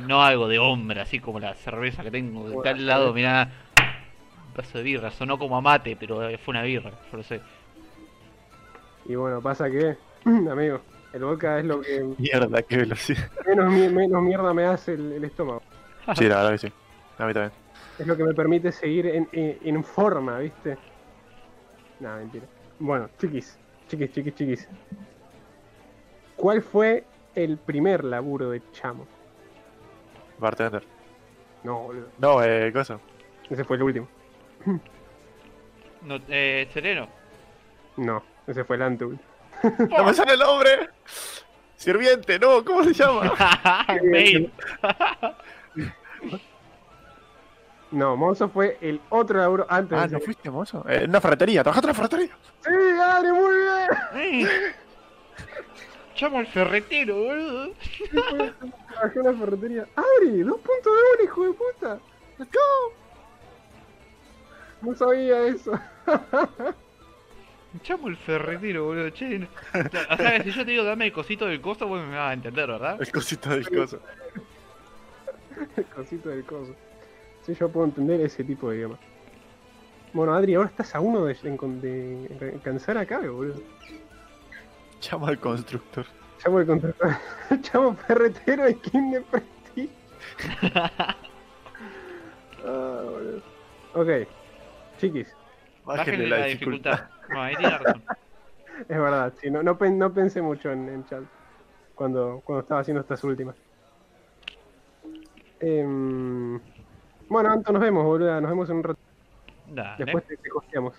S2: No algo de hombre, así como la cerveza que tengo de
S1: Bueno, eh.
S2: tal lado, mirá. vaso de birra. Sonó como a mate, pero eh, fue una birra, yo lo sé.
S1: Y bueno, pasa que, amigo, el vodka es lo que
S4: Mierda, qué velocidad.
S1: menos, mi- menos mierda me hace el, el estómago.
S4: Sí, la verdad que sí. A mí también.
S1: Es lo que me permite seguir en, en- en forma, ¿viste? No, mentira. Bueno, chiquis, chiquis, chiquis, chiquis. ¿Cuál fue el primer laburo de Chamo?
S4: Bartender.
S1: No, boludo.
S4: No, eh, cosa.
S1: Ese fue el último.
S2: No, eh, sereno.
S1: No, ese fue el anteúltimo.
S4: ¡No me sale el nombre! Sirviente, no, ¿cómo se llama?
S2: Ah, Maid.
S1: No, Monzo fue el otro laburo antes
S4: ah,
S1: de
S4: ¿no
S1: ese.
S4: fuiste, mozo? Eh, en una ferretería, trabajaste en una ferretería.
S1: ¡Sí, dale, muy bien!
S2: Eh. Llamo al ferretero, boludo.
S1: Trabajé en la ferretería. ¡Adri! ¡Dos puntos de oro, hijo de puta! ¡Let's go! No sabía eso.
S2: Llamo al ferretero, boludo. Che. no- O sea, si yo te digo dame el cosito del costo, vos me vas a entender, ¿verdad?
S4: El cosito del coso.
S1: El cosito del coso. Sí, yo puedo entender ese tipo de idioma. Bueno, Adri, ahora estás a uno de, encon- de alcanzar a Cabe, boludo.
S4: Llama al constructor.
S1: Llamo el contratar. Llamo ferretero y King de Prestige. ah, boludo. Ok, chiquis,
S2: Bájenle la, dificultad. No, ahí tiene razón.
S1: es verdad, sí, no, no, pen- no pensé mucho en, en chat cuando, cuando estaba haciendo estas últimas. Em, bueno, Anto, nos vemos, boludo. Nos vemos en un rato.
S2: Dale.
S1: Después te, te costeamos.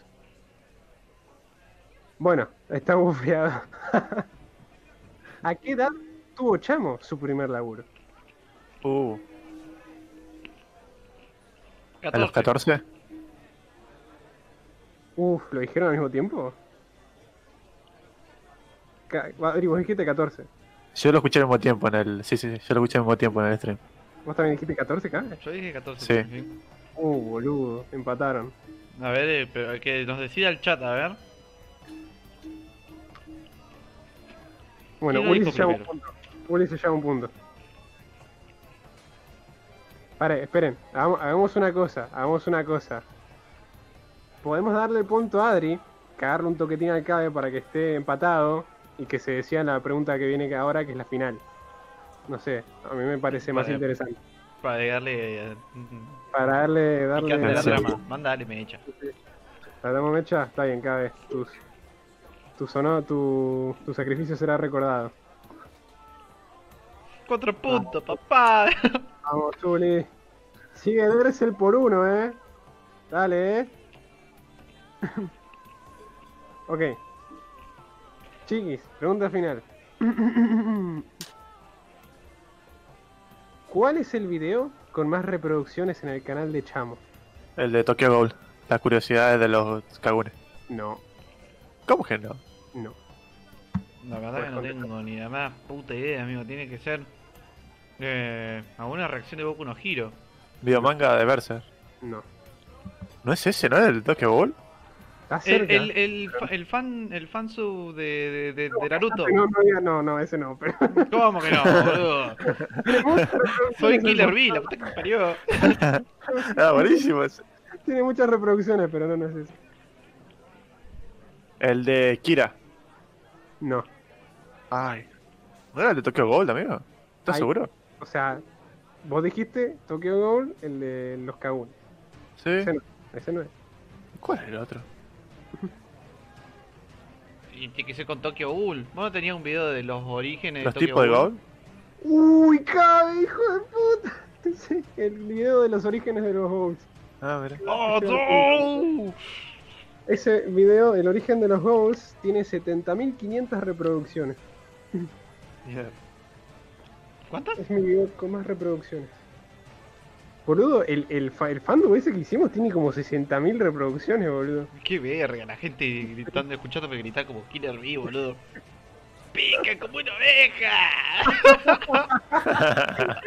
S1: Bueno, está bufeado. ¿A qué edad tuvo Chamo su primer laburo?
S4: Uh, ¿a los 14?
S1: Uf, ¿lo dijeron al mismo tiempo? Ca- Adri, vos dijiste 14.
S4: Yo lo escuché al mismo tiempo en el. Sí, sí, sí, yo lo escuché al mismo tiempo en el stream.
S1: ¿Vos también dijiste 14, K?
S2: Yo dije 14.
S4: Sí.
S2: también.
S1: Uh, boludo, empataron.
S2: A ver, eh, pero que nos decida el chat, a ver.
S1: Bueno,
S2: ¿Quién lo
S1: Uli se
S2: dijo
S1: lleva un
S2: primero?
S1: punto. Uli se lleva un punto. Pare, esperen, hagamos, hagamos una cosa, hagamos una cosa. Podemos darle el punto a Adri, cagarle un toquetín al cabe para que esté empatado y que se decía la pregunta que viene ahora, que es la final. No sé, a mí me parece más
S2: Vale.
S1: interesante.
S2: Para agregarle. eh,
S1: Para darle,
S2: y que
S1: darle...
S2: hace la
S4: Sí.
S2: trama. Mándale, me echa.
S1: ¿La damos mecha? Está bien, cabe. Tus, tu, sonó, tu, tu sacrificio será recordado.
S2: Cuatro puntos, papá.
S1: Vamos, Juli. Sigue Dersel por uno, eh. Dale, eh. ok. Chiquis, pregunta final. ¿Cuál es el video con más reproducciones en el canal de Chamo?
S4: El de Tokyo Ghoul. Las curiosidades de los cagunes.
S1: No,
S4: ¿Cómo que no?
S1: no.
S2: La verdad que no tengo ni la más puta idea, amigo. Tiene que ser. Eh, alguna reacción de Boku no giro.
S4: Videomanga de Berser.
S1: No.
S4: ¿No es ese, no? ¿El Tokyo Ghoul?
S1: ¿Estás
S2: El,
S1: cerca?
S2: el, el, fa- el fan el fansub de, de, de, de Naruto.
S1: No, no, diga- no, no, ese no. Pero...
S2: ¿Cómo que no, boludo? Soy Killer B, la puta que me parió.
S4: Ah, buenísimo. ese.
S1: Tiene muchas reproducciones, pero no, no es ese.
S4: El de Kira.
S1: No.
S4: Ay. ¿No era el de Tokyo Ghoul, amigo? ¿Estás
S1: Ay.
S4: seguro?
S1: O sea, vos dijiste Tokyo Ghoul, el de los Kagunes.
S4: Sí.
S1: Ese no, ese no es.
S4: ¿Cuál es el otro?
S2: Y tiene que ser con Tokyo Ghoul. Bueno, tenía un video de los orígenes
S4: ¿Los
S2: de Eh, Tokyo
S4: tipos de
S2: Ghoul.
S4: Ghoul?
S1: Uy, cabe, hijo de puta. Sí, el video de los orígenes de los Ghouls.
S4: Ah, mira.
S2: ¡Oh, no!
S1: Ese video, el origen de los Ghouls, tiene 70.500 reproducciones.
S4: Mierda.
S2: ¿Cuántas?
S1: Es mi video con más reproducciones. Boludo, el, el, fa- el fandom ese que hicimos tiene como 60.000 reproducciones, boludo.
S2: Qué verga, la gente gritando, escuchándome gritar como Killer B, boludo. ¡Pica como una oveja!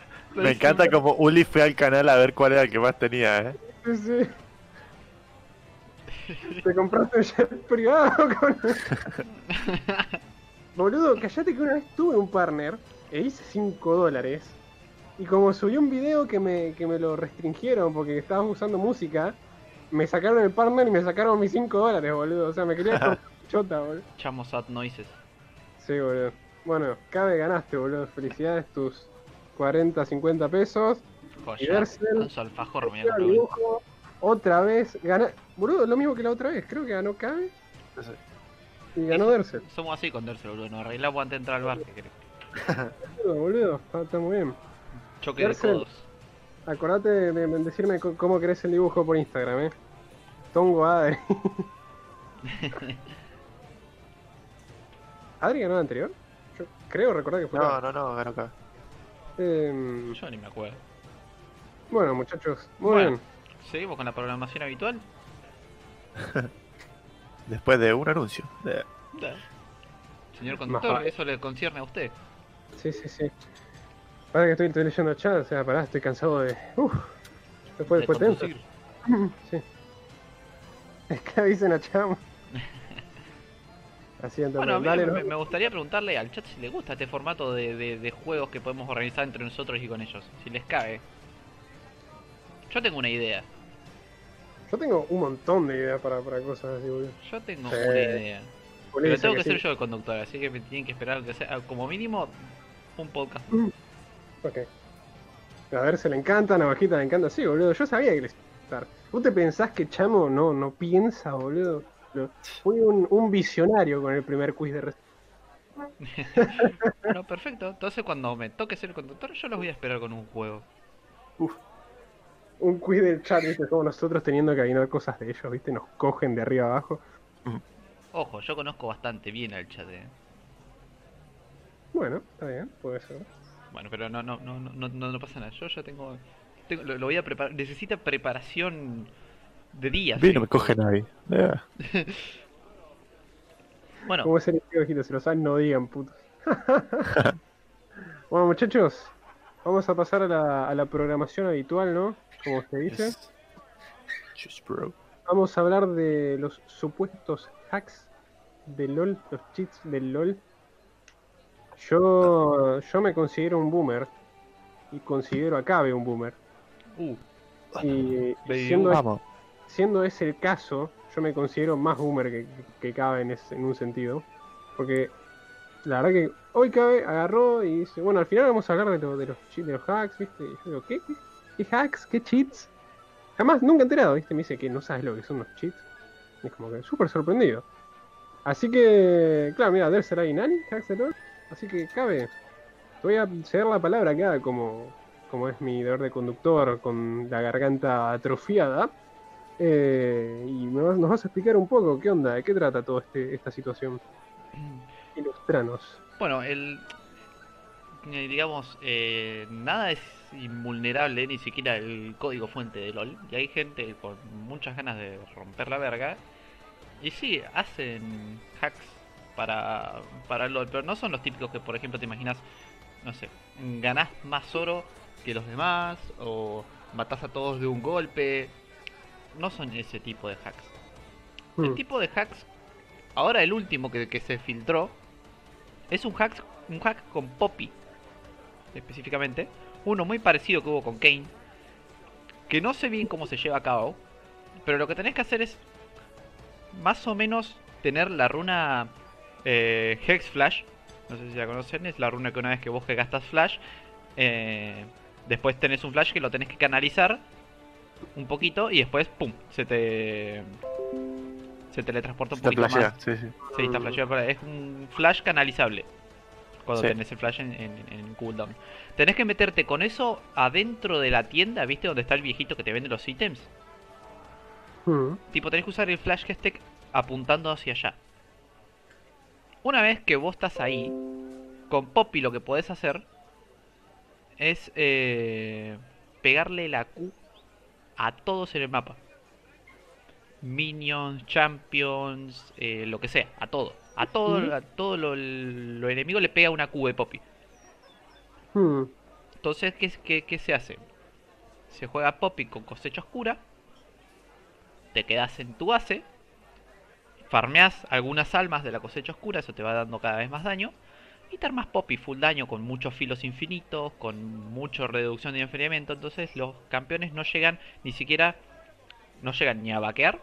S4: Me encanta como Uli fue al canal a ver cuál era el que más tenía, ¿eh?
S1: Sí, sí. Te compraste un jet privado con... Boludo, callate que una vez tuve un partner e hice 5 dólares Y como subí un video que me, que me lo restringieron porque estaban usando música, me sacaron el partner y me sacaron mis 5 dólares, boludo. O sea, me quería con chota, boludo.
S2: Chamo sad noises.
S1: Sí, boludo. Bueno, cabe ganaste, boludo. Felicidades tus 40, 50 pesos. Y
S2: Joya.
S1: Berserk,
S2: Un alfajor, mira,
S1: Llega el dibujo, Otra vez gana. Boludo, lo mismo que la otra vez. Creo que ganó Cabe
S4: No sé.
S1: y ganó Dersel.
S2: Somos así con Dersel, boludo. Nos arreglamos antes de entrar al bar, que querés.
S1: Boludo, boludo. Está, está muy bien.
S2: Choque de
S1: Dersel.
S2: codos.
S1: Acordate de, de- de decirme co- cómo crees el dibujo por Instagram, eh. Tongo Adri. ¿Adri ganó la anterior? Yo creo recordar que fue.
S4: No, no,
S1: Adri.
S4: no, ganó acá.
S1: Em,
S2: Yo ni me acuerdo.
S1: bueno, muchachos, muy
S2: Bueno.
S1: bien.
S2: Seguimos con la programación habitual.
S4: Después de un anuncio. Eh,
S2: Da. Señor
S1: Más
S2: conductor,
S1: vale.
S2: eso le concierne a usted.
S1: Sí, sí, sí. Pará que estoy, estoy leyendo chat, o sea, pará, estoy cansado de. Uf, después,
S2: De
S1: después tenso.
S2: conducir.
S1: Sí. Es que dicen a Cham. Así anda,
S2: Bueno, a mí
S1: dale,
S2: me,
S1: ¿no?
S2: me gustaría preguntarle al chat si le gusta este formato de, de- de juegos que podemos organizar entre nosotros y con ellos. Si les cabe. Yo tengo una idea.
S1: Yo tengo un montón de ideas para, para cosas así, boludo.
S2: Yo tengo
S1: Sí.
S2: una idea.
S1: Ponele
S2: Pero tengo que
S1: esa
S2: ser
S1: sí.
S2: yo el conductor, así que me tienen que esperar que sea como mínimo un podcast.
S1: Ok. A ver, se le encanta, a Navajita le encanta. Sí, boludo, yo sabía que les estar. ¿Vos te pensás que Chamo no, no piensa, boludo? No. Fui un, un visionario con el primer quiz de recién.
S2: No, perfecto. Entonces cuando me toque ser el conductor, yo los voy a esperar con un juego.
S1: Un quiz del chat, ¿viste? Como nosotros teniendo que adivinar cosas de ellos, ¿viste? Nos cogen de arriba abajo.
S2: Ojo, yo conozco bastante bien al chat. eh.
S1: Bueno, está bien, puede ser.
S2: Bueno, pero no, no, no, no, no, no pasa nada. Yo ya tengo, tengo- lo, lo voy a preparar. Necesita preparación de días.
S4: A mí no me coge nadie. Eh,
S2: Bueno,
S1: ¿Cómo es el estilo viejito? Si lo saben, no digan, putos. bueno, muchachos, vamos a pasar a la, a la programación habitual, ¿no? Como se dice.
S4: es- Just bro.
S1: Vamos a hablar de los supuestos hacks de LOL, los cheats del LOL. Yo, yo me considero un boomer y considero a Cabe un boomer.
S2: uh,
S1: Y
S2: Baby
S1: siendo,
S4: Vamos.
S1: siendo ese el caso, yo me considero más boomer que, que Cabe en, ese- en un sentido. Porque la verdad que hoy Cabe agarró y dice, bueno, al final vamos a hablar de, lo- de los cheats, de los hacks, ¿viste? Y yo digo, ¿qué? ¿Qué hacks? ¿Qué cheats? Jamás, nunca enterado, ¿viste? Me dice que no sabes lo que son los cheats. Y es como que súper sorprendido. Así que, claro, mira, Del será y Nani, hacks de LOL. Así que Cabe, te voy a ceder la palabra acá como... Como es mi deber de conductor con la garganta atrofiada, eh, y me vas- nos vas a explicar un poco qué onda, de qué trata toda este, esta situación. Ilustranos.
S2: Bueno, el. eh, Digamos, eh, nada es invulnerable, ni siquiera el código fuente de LOL. Y hay gente con muchas ganas de romper la verga. Y sí, hacen hacks para, para LOL, pero no son los típicos que, por ejemplo, te imaginas, no sé, ganás más oro que los demás, o matás a todos de un golpe. No son ese tipo de hacks. El
S1: Mm.
S2: Este tipo de hacks, ahora el último que, que se filtró, es un hack, un hack con Poppy, específicamente. Uno muy parecido que hubo con Kane, que no sé bien cómo se lleva a cabo, pero lo que tenés que hacer es más o menos tener la runa eh, Hex Flash. No sé si la conocen, es la runa que una vez que vos que gastas Flash, eh, después tenés un Flash que lo tenés que canalizar un poquito y después, ¡pum!, se te... Se teletransporta un
S4: Está
S2: poquito más.
S4: flashea, sí, sí.
S2: Sí, está flasheado, pero es un flash canalizable. Cuando
S4: Sí.
S2: tenés el flash en, en- en cooldown. Tenés que meterte con eso adentro de la tienda, ¿viste? Donde está el viejito que te vende los ítems.
S1: Mm.
S2: Tipo, tenés que usar el flash hashtag apuntando hacia allá. Una vez que vos estás ahí, con Poppy lo que podés hacer es eh, pegarle la Q a todos en el mapa. Minions, champions, eh, lo que sea, a todo. A todo, a todo lo, lo enemigo le pega una Q de Poppy.
S1: Mm.
S2: Entonces, ¿qué, qué, qué se hace? Se juega Poppy con cosecha oscura. Te quedas en tu base. Farmeas algunas almas de la cosecha oscura, eso te va dando cada vez más daño. Necesitar más pop y full daño con muchos filos infinitos, con mucha reducción de enfriamiento. Entonces los campeones no llegan ni siquiera, no llegan ni a vaquear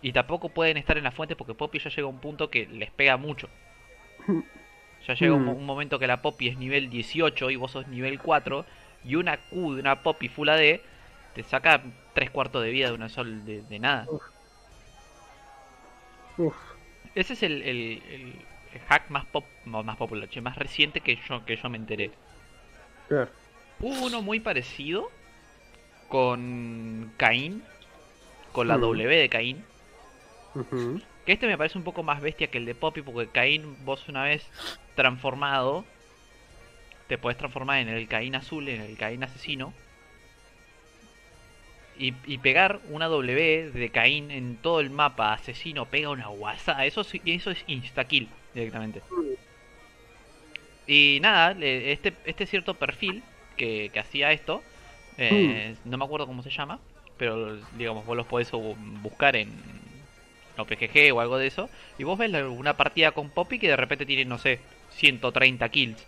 S2: y tampoco pueden estar en la fuente porque Poppy ya llega a un punto que les pega mucho. Ya llega un,
S1: Mm.
S2: un momento que la Poppy es nivel 18 y vos sos nivel 4 y una Q de una Poppy full AD te saca tres cuartos de vida de una sol de, de nada.
S1: Uf,
S2: Ese es el, el- el- el hack más pop, no, más popular, che, más reciente que yo que yo me enteré.
S1: claro.
S2: Hubo uno muy parecido con Caín, con la
S1: Mm.
S2: W de Caín.
S1: Ujú.
S2: Que este me parece un poco más bestia que el de Poppy, porque Caín, vos una vez transformado, te podés transformar en el Caín azul, en el Caín asesino. Y, y pegar una W de Caín en todo el mapa asesino, pega una guasada. Eso, sí- eso es insta-kill directamente. Y nada, le- este, este cierto perfil que, que hacía esto, eh, no me acuerdo cómo se llama, pero digamos, vos los podés bu- buscar en OPGG o algo de eso, y vos ves la- una partida con Poppy que de repente tiene, no sé, 130 kills.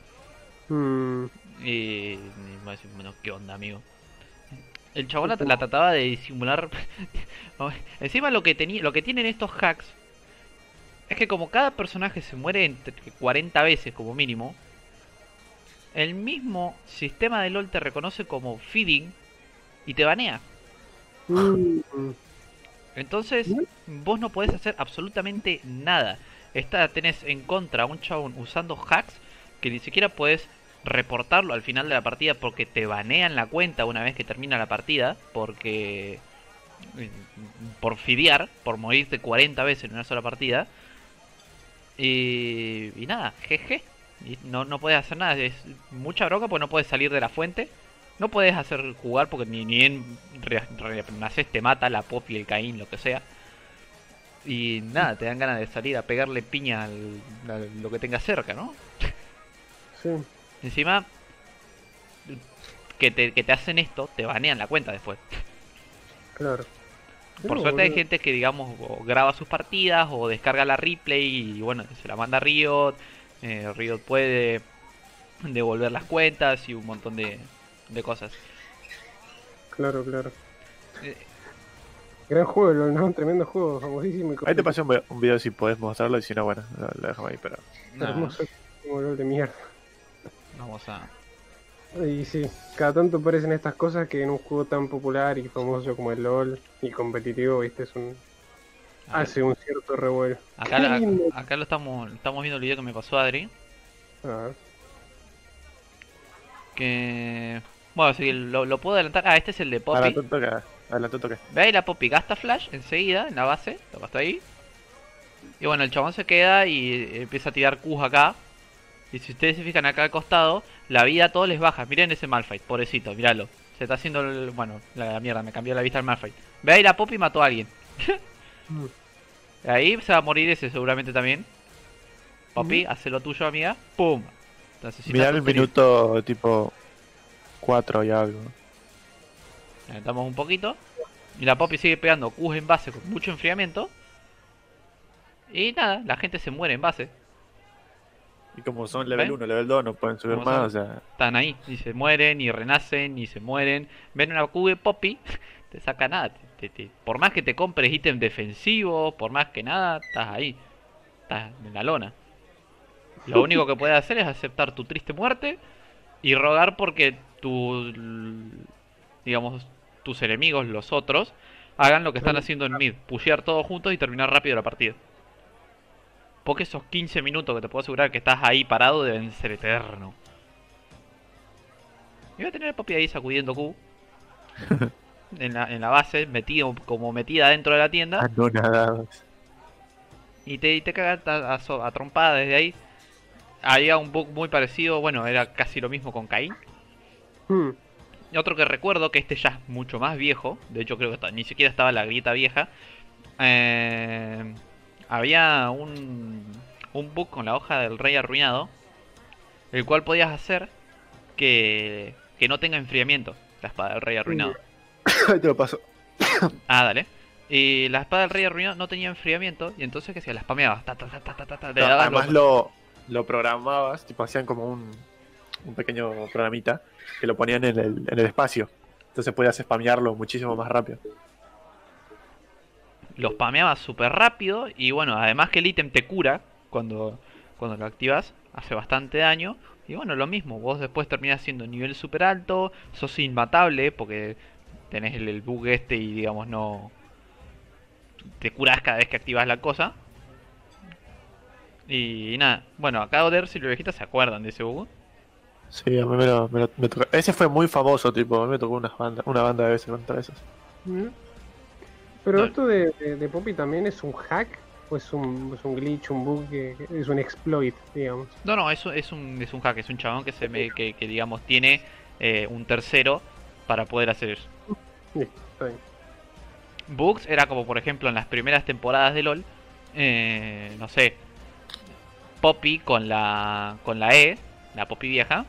S1: Mm,
S2: Y, y vos decís, bueno, ¿qué onda, amigo? El chabón la, la trataba de disimular. Encima lo que, tenía, lo que tienen estos hacks es que como cada personaje se muere entre 40 veces como mínimo, el mismo sistema de LOL te reconoce como feeding y te banea.
S1: mm, mm.
S2: Entonces, vos no podés hacer absolutamente nada. Esta tenés en contra a un chabón usando hacks que ni siquiera podés reportarlo al final de la partida porque te banean la cuenta una vez que termina la partida. Porque. eh, Por fidear, por morirte 40 veces en una sola partida. Y, y nada, jeje. Y no, no podés hacer nada. Es mucha broca porque no podés salir de la fuente. No podés hacer jugar porque ni, ni en re- Renaces te mata la Poppy, el Caín, lo que sea. Y nada, te dan ganas de salir a pegarle piña al, a lo que tenga cerca, ¿no?
S1: Sí.
S2: Encima, que te, que te hacen esto, te banean la cuenta después.
S1: Claro.
S2: Por
S1: No,
S2: suerte hay
S1: boludo.
S2: gente que, digamos, o graba sus partidas o descarga la replay y, bueno, se la manda a Riot. eh, Riot puede devolver las cuentas y un montón de, de cosas.
S1: Claro, claro.
S2: Eh,
S1: Gran juego, LOL, ¿no? Tremendo juego, famosísimo. y
S4: Ahí te pasé un, ve- un video si podés mostrarlo y si no, bueno, lo, lo dejamos ahí, pero.
S2: nada,
S1: Hermoso, como LOL de mierda.
S2: vamos a...
S1: Y sí, cada tanto aparecen estas cosas que en un juego tan popular y famoso como el LOL y competitivo, viste, es un...
S2: a ver.
S1: hace un cierto revuelo.
S2: Acá,
S1: Qué lindo.
S2: acá lo estamos, estamos viendo el video que me pasó Adri.
S1: A ver.
S2: Que. Bueno, sí, lo, lo puedo adelantar. Ah, este es el de Poppy.
S4: Adelantó toca. Adelantó toca.
S2: Ve ahí la Poppy, gasta flash enseguida en la base. Lo gasta ahí. Y bueno, el chabón se queda y empieza a tirar Qs acá. Y si ustedes se fijan acá al costado, la vida a todos les baja. Miren ese Malfight, pobrecito, míralo. Se está haciendo el. Bueno, la mierda, me cambió la vista al Malfight. Ve ahí la Poppy mató a alguien.
S1: Mm.
S2: Ahí se va a morir ese seguramente también. Poppy, hace lo tuyo, amiga. ¡Pum! Te asesinas
S4: Mirá el
S2: sostenido.
S4: minuto tipo 4 y algo.
S2: Levantamos un poquito. Y la Poppy sigue pegando Qs en base con mucho enfriamiento. Y nada, la gente se muere en base.
S4: Y como son
S2: level
S4: level
S2: ¿Ven?
S4: 1, level 2, no pueden subir
S2: Como más,
S4: más, o sea.
S2: Están ahí, ni se mueren, ni renacen, ni se mueren. Ven una Q de Poppy, te saca nada. te- te- te- Por más que te compres ítem defensivo, por más que nada, estás ahí. Estás en la lona. Lo único que puedes hacer es aceptar tu triste muerte y rogar porque tu, digamos, tus enemigos, los otros, hagan lo que están haciendo en mid, pushear todos juntos y terminar rápido la partida. Porque esos 15 minutos que te puedo asegurar que estás ahí parado deben ser eterno. Y voy a tener a Poppy ahí sacudiendo Q. en, la, en la base, metido, como metida dentro de la tienda.
S4: Ah, no, nada.
S2: Y te, y te cagas a, a so- a trompada desde ahí. Había un bug muy parecido, bueno, era casi lo mismo con Caín.
S1: Mm,
S2: Y otro que recuerdo, que este ya es mucho más viejo, de hecho creo que hasta- ni siquiera estaba la grieta vieja. eh, había un, un bug con la hoja del rey arruinado, el cual podías hacer que, que no tenga enfriamiento la espada del rey arruinado.
S4: Mm. Ahí te lo paso.
S2: Ah, dale. Y la espada del rey arruinado no tenía enfriamiento, y entonces que hacía la spameabas. ta, ta, ta, ta, ta, ta, ta, le dabas
S4: además
S2: los-
S4: lo, lo programabas, tipo hacían como un, un pequeño programita que lo ponían en el, en el espacio. Entonces podías spamearlo muchísimo más rápido.
S2: Lo spameabas súper rápido y bueno, además que el ítem te cura cuando, cuando lo activas, hace bastante daño. Y bueno, lo mismo, vos después terminás siendo nivel súper alto, sos inmatable porque tenés el, el bug este y digamos no... Te curás cada vez que activas la cosa. Y, nada, bueno, acá Oders y la viejita se acuerdan de ese bug.
S4: Sí, a mí me lo, me lo- me tocó- Ese fue muy famoso, tipo. A mí me tocó una banda, una banda de veces contra esos.
S1: Mm. Pero
S2: No.
S1: esto de, de, de Poppy también es un hack o es un, es un glitch, un bug, que- que es un exploit, digamos.
S2: No, no, eso es un, es un hack, es un chabón que se me, que, que, digamos tiene eh, un tercero para poder hacer eso.
S1: Listo, está bien.
S2: Bugs era como por ejemplo en las primeras temporadas de LOL, eh, no sé, Poppy con la con la E, la Poppy vieja,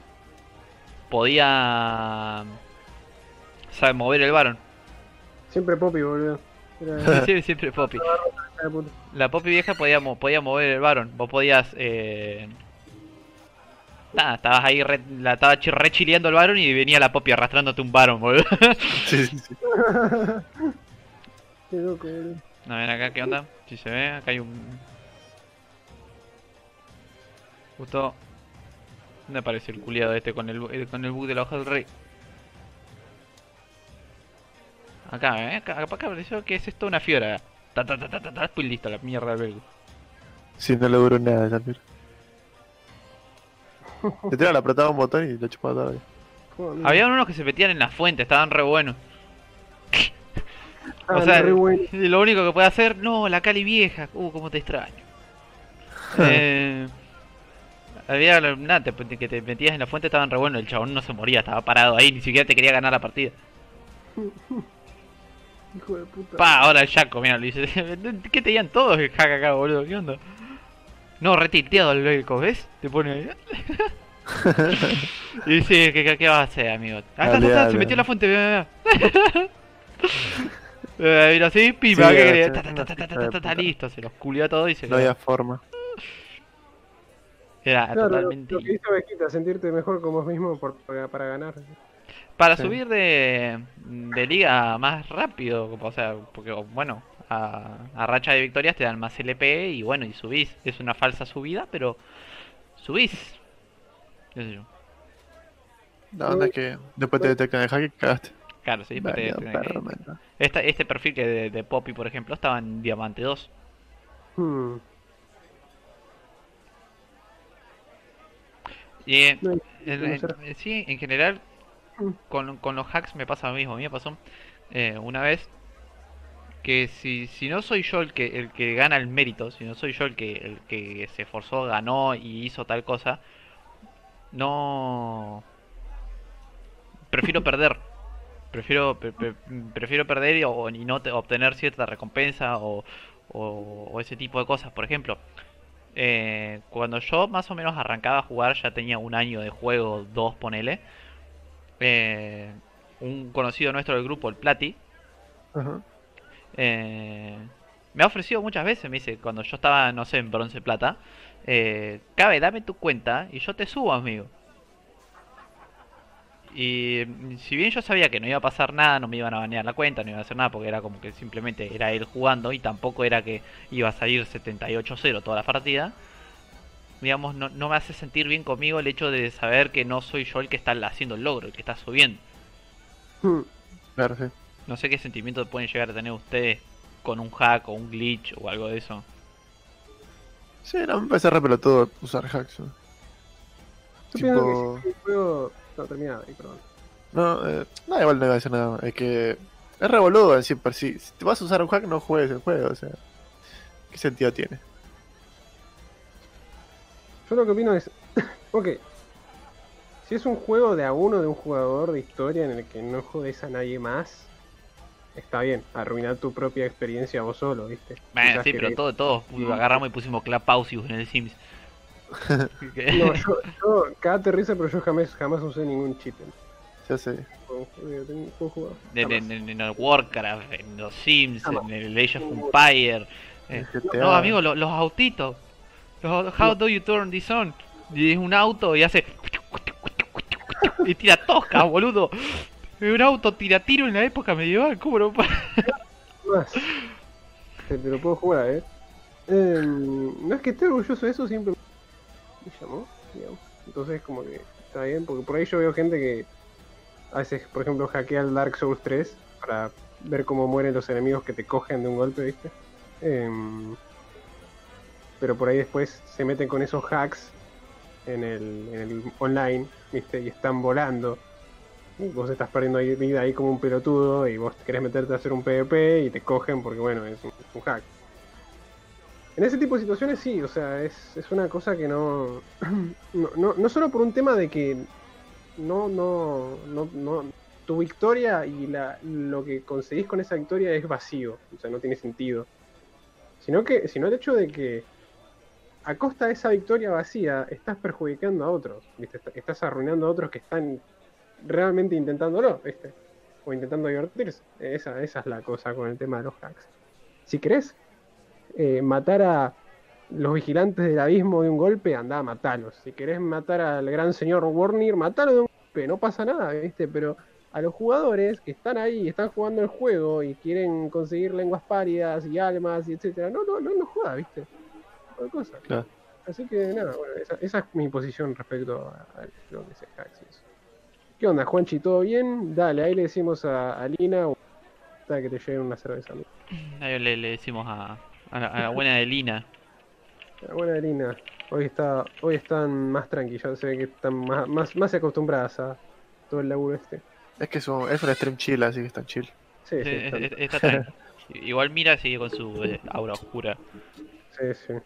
S2: podía sabe mover el varón.
S1: Siempre Poppy, boludo. Era-
S2: Sí, siempre Poppy.
S1: era puta.
S2: La Poppy vieja podía, mo- podía mover el varón. Vos podías. Eh... ta, estabas ahí, re, la estaba chi- re chileando el varón y venía la Poppy arrastrándote un varón, boludo.
S4: Sí, sí, sí.
S1: Qué loco, boludo.
S2: A ver acá, ¿qué onda? Si se ve, acá hay un. Justo. ¿Dónde aparece el culiado este con el, bu- eh, con el bug de la hoja del rey? Acá, ¿eh? Acá, acá apareció que es esto una fiora. Ta, ta, ta, ta, ta, ta, pues listo, la mierda del belgo.
S4: Sí, no le duró nada esa mierda. Literal, apretaba un botón y lo chupaba todo.
S1: Joder, mira.
S2: Había unos que se metían en la fuente, estaban re buenos.
S1: Ah,
S2: o sea,
S1: re bueno.
S2: Y lo único que puede hacer, no, la Cali vieja, uh, cómo te extraño. Eh, había, lo- nada, te- te- que te metías en la fuente, estaban re bueno, el chabón no se moría, estaba parado ahí, ni siquiera te quería ganar la partida.
S1: Hijo de puta.
S2: Pa, ahora el Jaco, mira, le dice, ¿qué tenían todos el hack acá, boludo? ¿Qué onda? No, retilteado el loco, ¿ves? Te pone ahí. y dice, ¿qué, qué, qué vas a hacer, amigo? Acá
S4: Dale,
S2: está, está, se
S4: dale.
S2: metió en la fuente, mira, mira. Eh, Mira así, pima,
S4: Sí,
S2: ¿qué
S4: era
S2: querés?
S4: una
S2: Ta, ta, ta, ta, ta,
S4: hija de
S2: ta, ta, ta,
S4: puta.
S2: listo, se los culió a todos y se
S4: No había forma.
S2: Era
S1: Claro,
S2: totalmente.
S1: Lo que hizo Vegeta, sentirte mejor con vos mismo por- para, para ganar.
S2: Para
S4: Sí.
S2: subir de, de liga más rápido, o sea, porque bueno, a, a racha de victorias te dan más LP y bueno, y subís. Es una falsa subida, pero subís. Qué sé yo.
S4: La onda es que después te detectan el hack y cagaste.
S2: Claro, sí, pero te-
S4: Valió,
S2: te-
S4: perro, menta.
S2: esta- este perfil que de, de Poppy, por ejemplo, estaba en Diamante 2.
S1: Hmm.
S2: Y, eh,
S1: No,
S2: en-
S1: no será.
S2: en- sí, en general,
S1: Mm.
S2: con, con los hacks me pasa lo mismo. A mí me pasó eh, una vez que si, si no soy yo el que, el que gana el mérito, si no soy yo el que, el que se esforzó, ganó y hizo tal cosa, no... Prefiero perder. Prefiero, pre- pre- prefiero perder y, o- y no te- obtener cierta recompensa o, o- o ese tipo de cosas. Por ejemplo, eh, cuando yo más o menos arrancaba a jugar, ya tenía un año de juego, dos ponele. eh, un conocido nuestro del grupo, el Plati,
S4: Ajá.
S2: eh, me ha ofrecido muchas veces, me dice, cuando yo estaba, no sé, en bronce plata, eh, cabe, dame tu cuenta y yo te subo, amigo. Y mm, si bien yo sabía que no iba a pasar nada, no me iban a banear la cuenta, no iba a hacer nada, porque era como que simplemente era él jugando y tampoco era que iba a salir 78-0 toda la partida, digamos, no, no me hace sentir bien conmigo el hecho de saber que no soy yo el que está haciendo el logro, el que está subiendo.
S1: Hmm.
S4: Claro, sí.
S2: No sé qué sentimiento pueden llegar a tener ustedes con un hack o un glitch o algo de eso.
S4: Sí, no, me parece re pelotudo usar hacks. ¿no?
S1: Yo pienso que
S4: Tipo-
S1: si el juego. No, termina ahí, perdón.
S4: No, eh, no, igual no iba a decir nada. Es que es re boludo en sí por sí. Si te vas a usar un hack, no juegues el juego. O sea, ¿qué sentido tiene?
S1: Yo lo que opino es. ok. Si es un juego de a uno de un jugador de historia en el que no jodes a nadie más, está bien. Arruinar tu propia experiencia vos solo, ¿viste?
S2: Bueno,
S1: Quizás
S2: sí, pero
S1: querés-
S2: todo, todos pu- agarramos y pusimos Clapausius en el Sims.
S1: No, yo, yo cada risa, pero yo jamás, jamás usé ningún cheat en
S4: Se
S2: Eh,
S4: hace.
S1: un juego- en un juego.
S2: en,
S1: Jamás.
S2: en- en- en el Warcraft, en los Sims,
S1: Jamás.
S2: en el Age of Empire. eh.
S4: el GTA.
S2: No, amigo, lo- los autitos. How, how do you turn this on? Y es un auto y hace. Y tira tosca, boludo. Es un auto tira tiro en la época medieval, ¿cómo no?
S1: Más. Te, te lo puedo jugar, eh. Eh, No es que esté orgulloso de eso, siempre me llamó, digamos. Entonces, como que está bien, porque por ahí yo veo gente que a veces, por ejemplo, hackea el Dark Souls 3 para ver cómo mueren los enemigos que te cogen de un golpe, ¿viste? Em, pero por ahí después se meten con esos hacks en el, en el online, ¿viste? Y están volando. Y Uh, vos estás perdiendo ahí vida ahí como un pelotudo y vos querés meterte a hacer un PvP y te cogen porque, bueno, es un, es un hack. En ese tipo de situaciones sí, o sea, es, es una cosa que no no, no... no solo por un tema de que no, no, no, no... Tu victoria y la, lo que conseguís con esa victoria es vacío, o sea, no tiene sentido. Sino, que, sino el hecho de que a costa de esa victoria vacía estás perjudicando a otros, ¿viste? Est- estás arruinando a otros que están realmente intentándolo, ¿viste? o intentando divertirse. Esa, esa es la cosa con el tema de los hacks. Si querés eh, matar a los vigilantes del abismo de un golpe, anda a matarlos. Si querés matar al gran señor Warner, matalo de un golpe, no pasa nada, ¿viste? Pero a los jugadores que están ahí, y están jugando el juego y quieren conseguir lenguas pálidas y almas y etcétera, no, no, no, no joda, ¿viste? Otra cosa.
S4: Claro.
S1: Así que nada, bueno, esa, esa es mi posición respecto a, a lo que se hacks y eso. ¿Qué onda, Juanchi? ¿Todo bien? Dale, ahí le decimos a, a Lina o- hasta que te lleven una cerveza. amigo.
S2: Ahí le, le decimos a, a la, a la buena de Lina.
S1: Ah, Buena Lina, hoy está, hoy están más tranquilos, se ve que están más, más, más acostumbradas a todo el laburo este.
S4: Es que es un, es un stream chill, así que está chill.
S1: Sí, sí,
S2: Sí,
S1: están-
S2: es- es- Eh, está tranqui. Igual mira sigue con su eh, aura oscura.
S1: sí, sí.
S2: eh,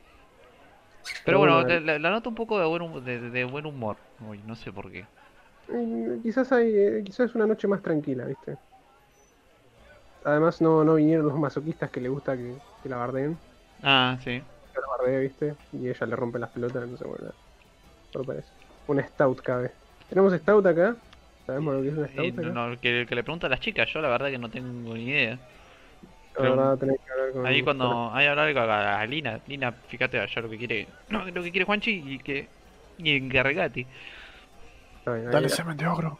S2: Pero bueno, eh,
S1: bueno,
S2: la, la noto un poco de buen, hum- de, de buen humor. Uy, no sé por qué.
S1: Mm, Quizás hay, eh, quizás es una noche más tranquila, ¿viste? Además no, no vinieron los masoquistas que le gusta que, que la bardeen.
S2: Ah, sí.
S1: Yo la bardeé, ¿viste? Y ella le rompe las pelotas, no sé bueno, nada. Solo parece. Una stout cabe. Tenemos stout acá. ¿Sabemos lo que es una
S2: Eh,
S1: stout acá?
S2: no, que, que le pregunta a las chicas, yo la verdad que no tengo ni idea.
S1: La verdad, tenés que hablar con.
S2: Ahí
S1: con-
S2: cuando hay hablar con a, a Lina, Lina, fíjate allá lo que quiere, no, lo que quiere Juanchi y que y encargate.
S1: está bien, ahí-
S4: Dale semen de ogro.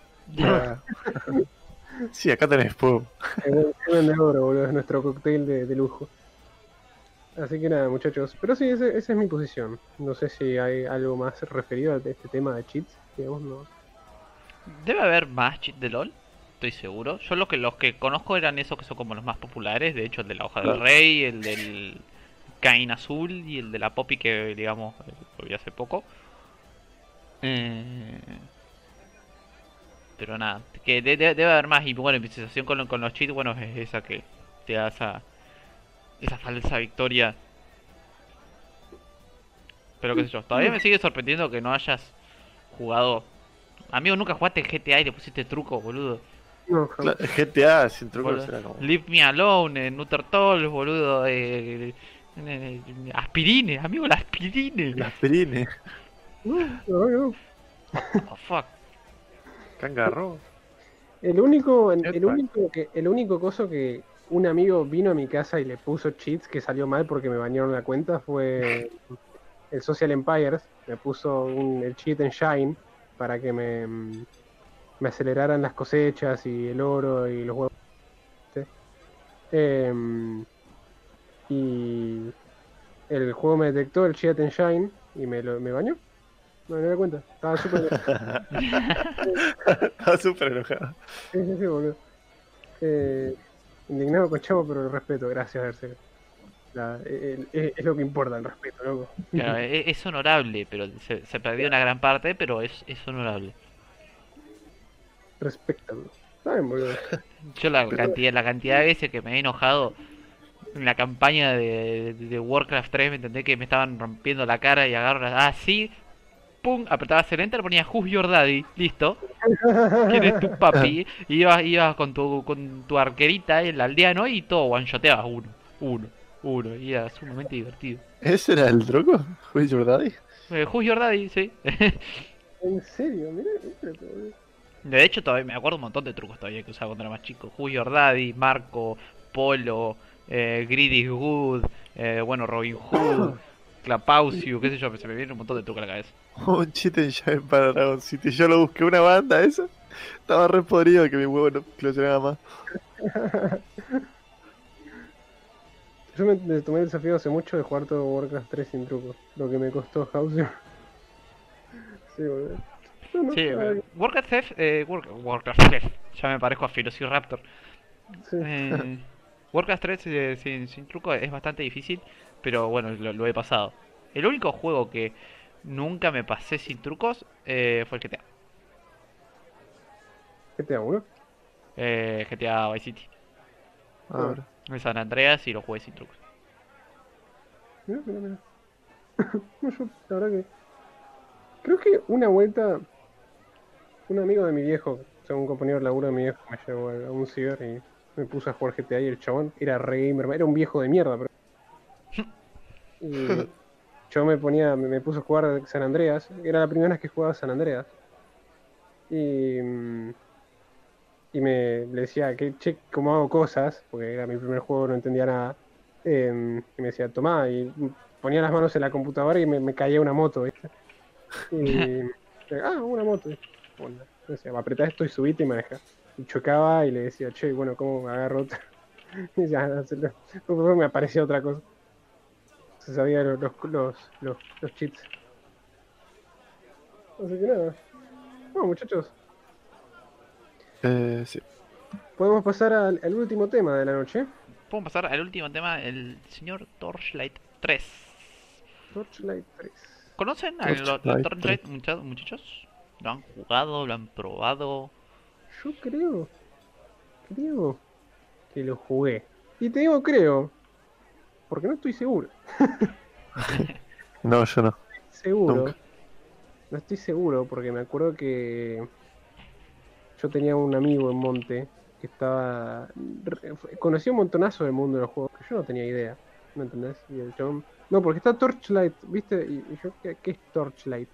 S4: sí, acá tenés pum.
S1: Es un semen de oro, boludo, es nuestro cóctel de, de lujo. Así que nada, muchachos. Pero sí, ese- esa es mi posición. No sé si hay algo más referido a este tema de cheats. Digamos, no.
S2: Debe haber más cheat de LOL, estoy seguro. Yo los que los que conozco eran esos que son como los más populares, de hecho el de la hoja del
S4: Claro.
S2: rey, el del Cain azul y el de la Poppy que digamos eh, lo vi hace poco. Eh, Pero nada, que de- de- debe haber más y bueno, mi sensación con, lo- con los cheats, bueno, es esa que te da esa, esa falsa victoria. Pero qué sé yo, todavía me sigue sorprendiendo que no hayas jugado Amigo, nunca jugaste GTA y le pusiste truco, boludo.
S1: No, jamás.
S4: La- GTA sin trucos
S2: Boludo.
S4: era como.
S2: Leave me alone, eh, Nutter Toll, boludo. Eh, eh, eh, aspirines, amigo, las aspirines.
S4: Las perines,
S1: No, no.
S2: Oh, fuck.
S4: cangarro.
S1: El único, el,
S4: Epa.
S1: el único que, el único coso que un amigo vino a mi casa y le puso cheats que salió mal porque me bañaron la cuenta fue el Social Empires. Me puso un- el cheat en Shine para que me, mm, me aceleraran las cosechas y el oro y los huevos. ¿viste? Em, y el juego me detectó el cheat en Shine y me, lo, me bañó. No me di cuenta. Estaba súper
S4: Estaba súper enojado.
S1: Sí, sí, sí, boludo. Eh, indignado con Chavo, pero lo respeto, gracias, Berserk. La- el- el- es lo que importa, el respeto, loco.
S2: Claro, es, es honorable, pero se, se perdió una gran parte, pero es, es honorable.
S1: Respétalo. ¿Saben, boludo?
S2: Yo la cantidad, la cantidad de veces que me he enojado en la campaña de, de Warcraft 3, me entendés que me estaban rompiendo la cara y agarro la- Ah, sí. Pum, apretabas el enter, ponías Who's Your Daddy, listo. ¿Quién es tu papi? Ibas, ibas con tu con tu arquerita, el aldeano, y todo one-shoteabas uno, uno, uno. Y era sumamente divertido.
S4: ¿Ese era el truco? ¿Fue verdad?
S2: Eh, Who's Your Daddy, sí.
S1: En serio, mirá, mirá, boludo.
S2: De hecho, todavía me acuerdo un montón de trucos todavía que usaba cuando era más chico. Who's Your Daddy, Marco, Polo, eh, Greed is Good, eh, bueno, Robin Hood. Clapausiu, qué sé yo, se me viene un montón de truco a la cabeza.
S4: Un cheat en llave para Dragon City. Yo lo busqué una banda esa. Estaba re podrido que mi huevo no explosionaba más.
S1: Yo me, me tomé el desafío hace mucho de jugar todo Warcraft 3 sin truco. Lo que me costó House. sí, boludo. No, no,
S2: Sí,
S1: ay,
S2: Warcraft Theft, eh, War- Warcraft Theft, ya me parezco a Velociraptor.
S1: sí.
S2: Eh, Warcraft 3 eh, sin, sin truco es bastante difícil, pero bueno, lo, lo he pasado. El único juego que nunca me pasé sin trucos eh, fue el GTA.
S1: ¿Qué te da, boludo?
S2: Eh, GTA Vice City.
S3: Ah.
S4: Ahora.
S2: En San Andreas y lo jugué sin trucos.
S1: Mirá, mirá, mirá. No, yo, la verdad que. Creo que una vuelta. Un amigo de mi viejo, o sea, un compañero de laburo de mi viejo, me llevó a a un ciber y me puso a jugar GTA y el chabón era re gamer, era un viejo de mierda, pero. Y yo me ponía, me, me puse a jugar San Andreas, era la primera vez que jugaba San Andreas. Y. mm, Y me le decía, que, che, ¿cómo hago cosas? Porque era mi primer juego, no entendía nada. Eh, y me decía, tomá, y ponía las manos en la computadora y me, me caía una moto, ¿viste? Y, ah, una moto. Bueno, me decía, apretá esto y subite y maneja. Y chocaba y le decía, che, bueno, ¿cómo me agarro otra? Y ya, hacerlo. Luego me aparecía otra cosa. Se sabía los, los, los, los, los cheats. Así que nada. Bueno, muchachos,
S4: Eh, sí.
S1: podemos pasar al, al último tema de la noche.
S2: Podemos pasar al último tema, el señor Torchlight 3.
S1: Torchlight 3.
S2: ¿Conocen a lo-
S4: Torchlight
S2: a
S4: 3?
S2: Torchlight, mucha- muchachos? ¿Lo han jugado? ¿Lo han probado?
S1: Yo creo. Creo que lo jugué. Y te digo creo. Porque no estoy seguro.
S4: No, yo no.
S1: Seguro.
S4: Nunca.
S1: No estoy seguro porque me acuerdo que yo tenía un amigo en Monte que estaba... re- fue- Conocía un montonazo del mundo de los juegos que yo no tenía idea. ¿Me entendés? Y el chabón, No, porque está Torchlight, ¿viste? Y, y yo, ¿qué, qué es Torchlight?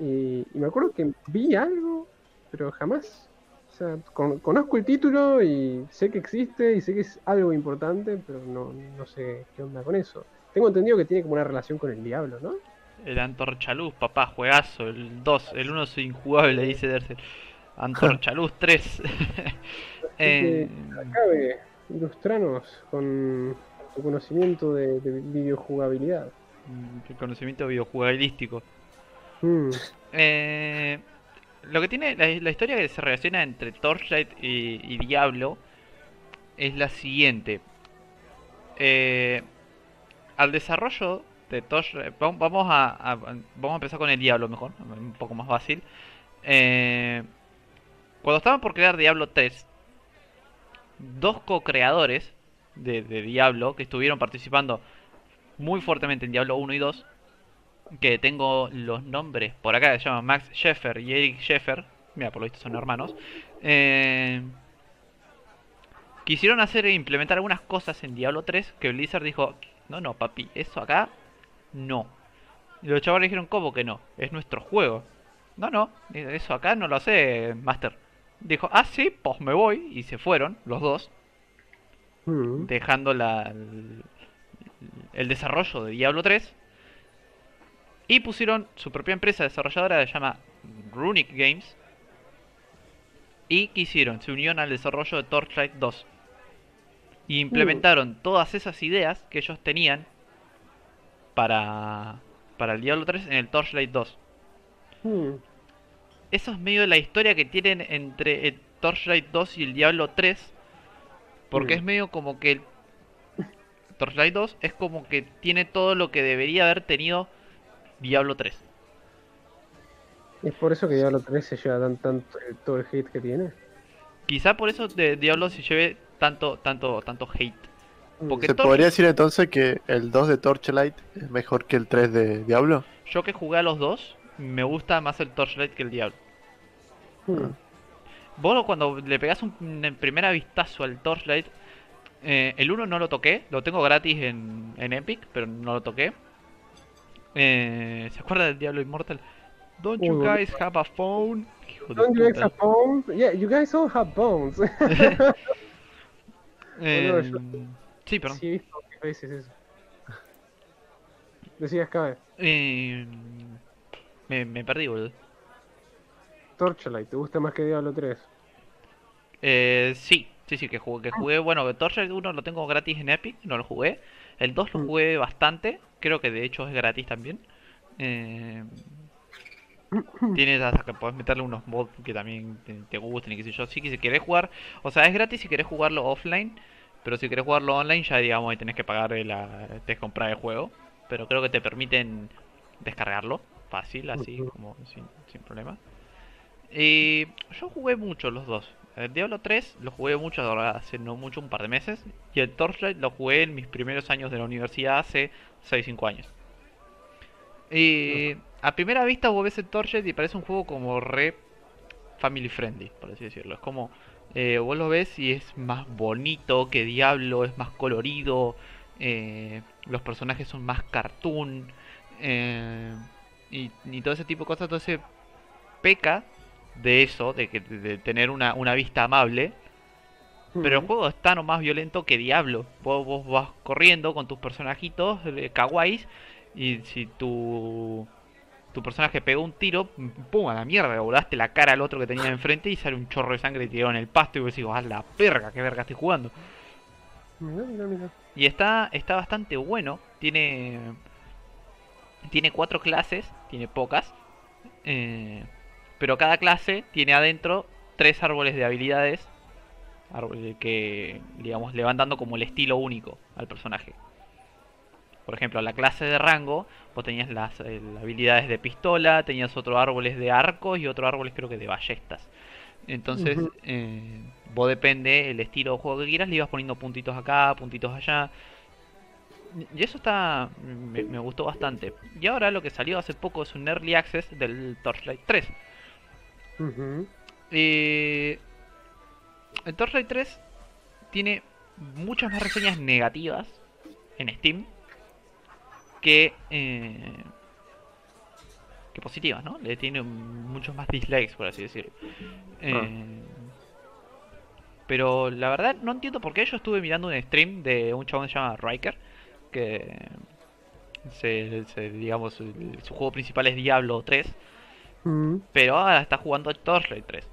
S1: Y, y me acuerdo que vi algo, pero jamás... O sea, con- conozco el título y sé que existe y sé que es algo importante, pero no, no sé qué onda con eso. Tengo entendido que tiene como una relación con el diablo, ¿no?
S2: El Antorchaluz, papá, juegazo. El 2, el 1 es injugable, dice Dercel. Antorchaluz 3. Eh,
S1: Cabe, ilustranos con tu conocimiento de, de videojugabilidad.
S2: mm, el conocimiento videojugabilístico.
S1: Mm,
S2: Eh, lo que tiene la, la historia que se relaciona entre Torchlight y, y Diablo es la siguiente. Eh, al desarrollo de Torchlight, vam- vamos a, a- vamos a empezar con el Diablo mejor, un poco más fácil. Eh, cuando estaban por crear Diablo 3, dos co-creadores de, de Diablo que estuvieron participando muy fuertemente en Diablo 1 y 2 que tengo los nombres por acá, se llaman Max Sheffer y Eric Sheffer, mira, por lo visto son hermanos, eh, quisieron hacer e implementar algunas cosas en Diablo 3 que Blizzard dijo, no, no, papi, eso acá, no. Y los chavales dijeron, ¿cómo que no? Es nuestro juego. No, no, eso acá no lo hace eh, Master. Dijo, ah, sí, pues me voy, y se fueron, los dos,
S1: mm.
S2: dejando la, el, el desarrollo de Diablo 3 y pusieron su propia empresa desarrolladora se llama Runic Games y que hicieron se unieron al desarrollo de Torchlight 2 y implementaron todas esas ideas que ellos tenían para para el Diablo 3 en el Torchlight 2
S1: mm.
S2: eso es medio la historia que tienen entre el Torchlight 2 y el Diablo 3. Porque
S1: Mm.
S2: es medio como que el Torchlight 2 es como que tiene todo lo que debería haber tenido Diablo 3.
S1: Es por eso que Diablo 3 se lleva tan, tanto el- todo el hate que tiene.
S2: Quizá por eso de Diablo se lleve tanto, tanto, tanto hate. Porque
S4: ¿Se
S2: Torch-
S4: podría decir entonces que el 2 de Torchlight es mejor que el 3 de Diablo?
S2: Yo que jugué a los dos, me gusta más el Torchlight que el Diablo.
S1: Mm.
S2: Ah, Vos cuando le pegás un, un primer vistazo al Torchlight, eh, el 1 no lo toqué, lo tengo gratis en, en Epic, pero no lo toqué. Eh, ¿Se acuerda del Diablo Immortal? Don't you
S1: Uy, boludo.
S2: guys have a phone? Hijo de
S1: Don't you guys
S2: puta.
S1: have bones? Yeah, you guys all have bones.
S2: Eh,
S1: Boludo, yo-
S2: Sí, perdón.
S1: sí, he visto varias veces eso. Decías cada vez.
S2: Eh, me, me perdí, boludo.
S1: Torchlight, ¿te gusta más que Diablo 3?
S2: Eh, sí, sí, sí, que jugué, que jugué. Bueno, Torchlight 1 lo tengo gratis en Epic, no lo jugué. El 2 lo jugué bastante, creo que de hecho es gratis también. Eh, tienes hasta que podés meterle unos mods que también te, te gusten y qué sé yo. Sí, que si querés jugar, o sea, es gratis si querés jugarlo offline, pero si querés jugarlo online ya digamos ahí tenés que pagar la te comprar el juego, pero creo que te permiten descargarlo fácil así como sin, sin problema. Y yo jugué mucho los dos. El Diablo 3 lo jugué mucho ahora hace no mucho, un par de meses. Y el Torchlight lo jugué en mis primeros años de la universidad hace 6-5 años. Y a primera vista vos ves el Torchlight y parece un juego como re family friendly, por así decirlo. Es como eh, vos lo ves y es más bonito que Diablo, es más colorido, eh, los personajes son más cartoon eh, y, y todo ese tipo de cosas. Entonces peca de eso, de, que, de tener una, una vista amable.
S1: Hmm.
S2: Pero el juego es tan o más violento que Diablo. Vos, vos vas corriendo con tus personajitos eh, kawaiis y si tu, tu personaje pegó un tiro, ¡pum! a la mierda, le volaste la cara al otro que tenía enfrente y sale un chorro de sangre tirado en el pasto y vos decís, ¡ah, la perga! ¡Qué verga estoy jugando!
S1: Mirá, mirá, mirá.
S2: Y está, está bastante bueno. Tiene, tiene cuatro clases, tiene pocas. Eh, pero cada clase tiene adentro tres árboles de habilidades árboles que digamos le van dando como el estilo único al personaje. Por ejemplo, la clase de rango, vos tenías las eh, las habilidades de pistola, tenías otro árboles de arcos y otro árboles creo que de ballestas. Entonces,
S1: Ujú.
S2: eh, vos depende el estilo de juego que quieras, le ibas poniendo puntitos acá, puntitos allá. Y eso está. Me, me gustó bastante. Y ahora lo que salió hace poco es un early access del Torchlight 3.
S1: Ujú.
S2: Eh, el Torchlight 3 tiene muchas más reseñas negativas en Steam que, eh, que positivas, ¿no? Le tiene muchos más dislikes, por así decirlo. Eh, Pero la verdad no entiendo por qué. Yo estuve mirando un stream de un chabón que se llama Riker, que se, se- digamos, su, su juego principal es Diablo 3,
S1: Mm.
S2: pero ahora está jugando Torchlight 3.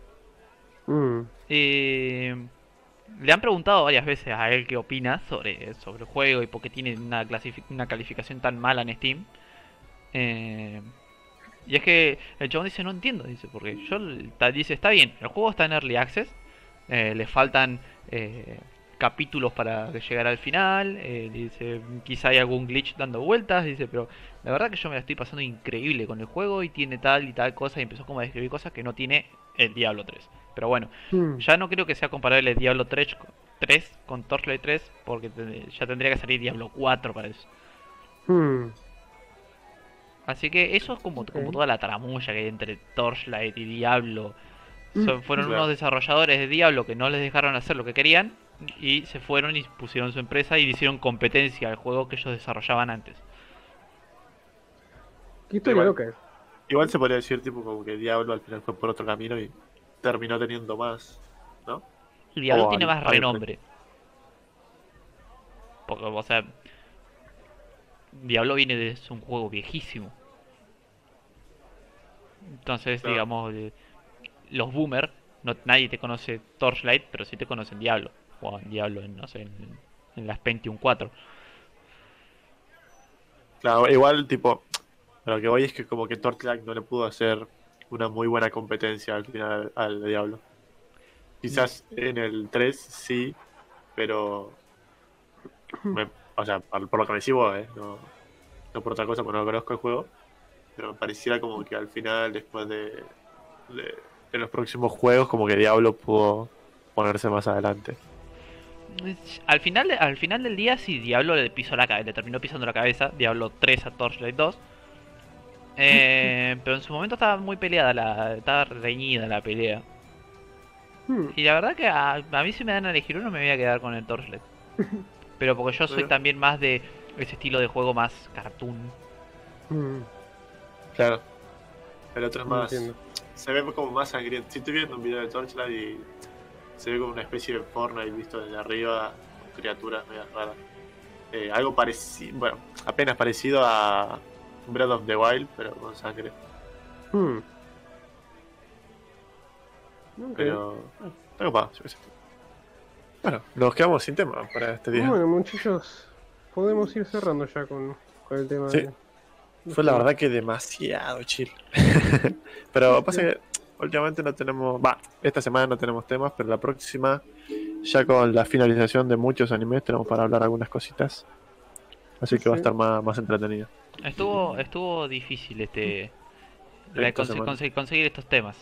S1: Mm.
S2: Eh, le han preguntado varias veces a él qué opina sobre, sobre el juego y por qué tiene una, clasifi- una calificación tan mala en Steam. Eh, y es que el chabón dice, no entiendo, dice, porque yo l- ta- dice, está bien, el juego está en Early Access, eh, le faltan eh, capítulos para llegar al final, eh, dice, quizá hay algún glitch dando vueltas, dice, pero la verdad que yo me la estoy pasando increíble con el juego y tiene tal y tal cosa y empezó como a describir cosas que no tiene el Diablo 3. Pero bueno,
S1: Mm.
S2: ya no creo que sea comparable Diablo 3, co- 3 con Torchlight 3, porque te- ya tendría que salir Diablo 4 para eso.
S1: Mm.
S2: Así que eso es como, como
S1: Ok.
S2: toda la tramulla que hay entre Torchlight y Diablo. Son- fueron
S4: Claro.
S2: unos desarrolladores de Diablo que no les dejaron hacer lo que querían y se fueron y pusieron su empresa y le hicieron competencia al juego que ellos desarrollaban antes.
S1: Qué historia
S4: Igual.
S1: loca es.
S4: Igual se
S3: podría decir, tipo, como que Diablo al final fue por otro camino y terminó teniendo más.
S2: Y Diablo
S4: O
S2: tiene
S4: al-
S2: más
S4: al-
S2: renombre. Porque, o sea, Diablo viene de es un juego viejísimo. Entonces,
S3: Claro.
S2: digamos, eh, los boomers, no, nadie te conoce Torchlight, pero sí te conocen Diablo. O en Diablo, en, no sé, en, en las Pentium 4.
S4: Claro,
S3: Igual, tipo, a lo que voy es que como que Torchlight no le pudo hacer una muy buena competencia al final al Diablo. Quizás en el 3 sí, pero. me- o sea, por, por lo que me decís vos, ¿eh? No, no por otra cosa, porque no conozco el juego. Pero pareciera como que al final, después de, de, de los próximos juegos, como que Diablo pudo ponerse más adelante.
S2: Es- Al final, al final del día, si Diablo le pisó la cabeza, le terminó pisando la cabeza, Diablo 3 a Torchlight 2. Eh, pero en su momento estaba muy peleada, la, estaba reñida la pelea.
S1: Mm.
S2: Y la verdad que a, a mí si me dan a elegir uno me voy a quedar con el Torchlight. Pero porque yo soy
S3: Bueno.
S2: también más de ese estilo de juego más cartoon.
S1: Mm.
S4: claro.
S3: El otro es
S1: No
S3: más.
S1: entiendo.
S3: Se ve como más sangriento. Si estoy viendo un video de Torchlight y se ve como una especie de Fortnite visto desde arriba, con criaturas medias raras. eh, algo parecido, bueno, apenas parecido a Breath of the Wild, pero con sangre.
S1: Hmm. Ok.
S3: Pero. Está copado, yo qué sé. Bueno, nos quedamos sin tema para este día.
S1: Bueno, muchachos, podemos ir cerrando ya con, con el tema.
S3: Sí.
S1: de-
S3: Fue la verdad que demasiado chill. pero pasa que últimamente no tenemos. Va, esta semana no tenemos temas, pero la próxima, ya con la finalización de muchos animes, tenemos para hablar algunas cositas. Así que va a
S1: Sí.
S3: estar más, más entretenido.
S2: Estuvo, estuvo difícil este la
S3: Esta
S2: conse-
S3: semana.
S2: conse- conseguir estos temas.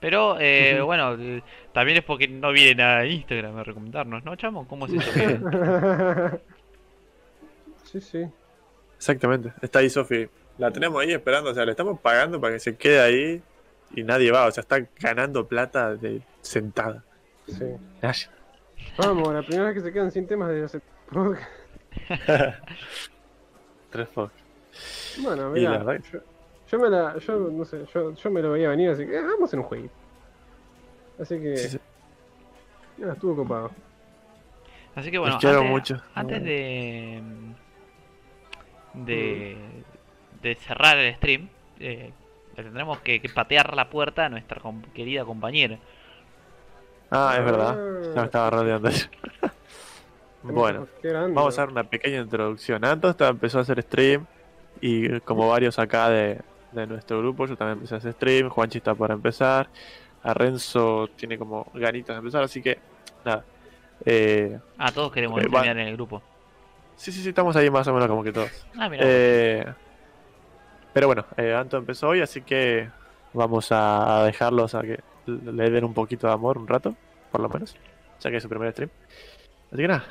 S2: Pero eh,
S1: Ujú.
S2: bueno, eh, también es porque no vienen a Instagram a recomendarnos, ¿no, chamo? ¿Cómo es eso? que-
S1: sí, sí.
S3: Exactamente. Está ahí Sofi. La tenemos ahí esperando, o sea, le estamos pagando para que se quede ahí y nadie va, o sea, está ganando plata de sentada.
S1: Sí.
S3: Ay.
S1: Vamos, la primera vez que se quedan sin temas desde hace podcast.
S4: Tres Fox.
S1: Bueno,
S3: Y la
S1: mira,
S3: verdad-
S1: yo, yo me la, yo no sé, yo, yo me lo veía venir, así que eh, vamos en un jueguito. Así que
S3: Sí, sí.
S1: nada, estuvo copado.
S2: Así que bueno,
S4: quiero
S2: antes,
S4: mucho.
S2: antes de, mm, de
S4: Mm.
S2: de cerrar el stream, eh, le tendremos que, que patear la puerta a nuestra com- querida compañera.
S4: Ah, es verdad. Ya me estaba rodeando yo. Bueno,
S1: Qué grande,
S4: vamos a
S1: ¿no?
S4: dar una pequeña introducción. Antes ta- empezó a hacer stream y como varios acá de, de nuestro grupo, yo también empecé a hacer stream. Juanchi está para empezar. A Renzo tiene como ganitas de empezar, así que nada. Eh,
S2: Ah, todos queremos
S4: Eh, va-
S2: streamear en el grupo.
S4: sí, sí, sí, estamos ahí más o menos como que todos.
S2: Ah, mira.
S4: Eh, pero bueno, eh, Anto empezó hoy, así que vamos a, a dejarlos a que le den un poquito de amor un rato, por lo menos, ya que es su primer stream. Así que nada,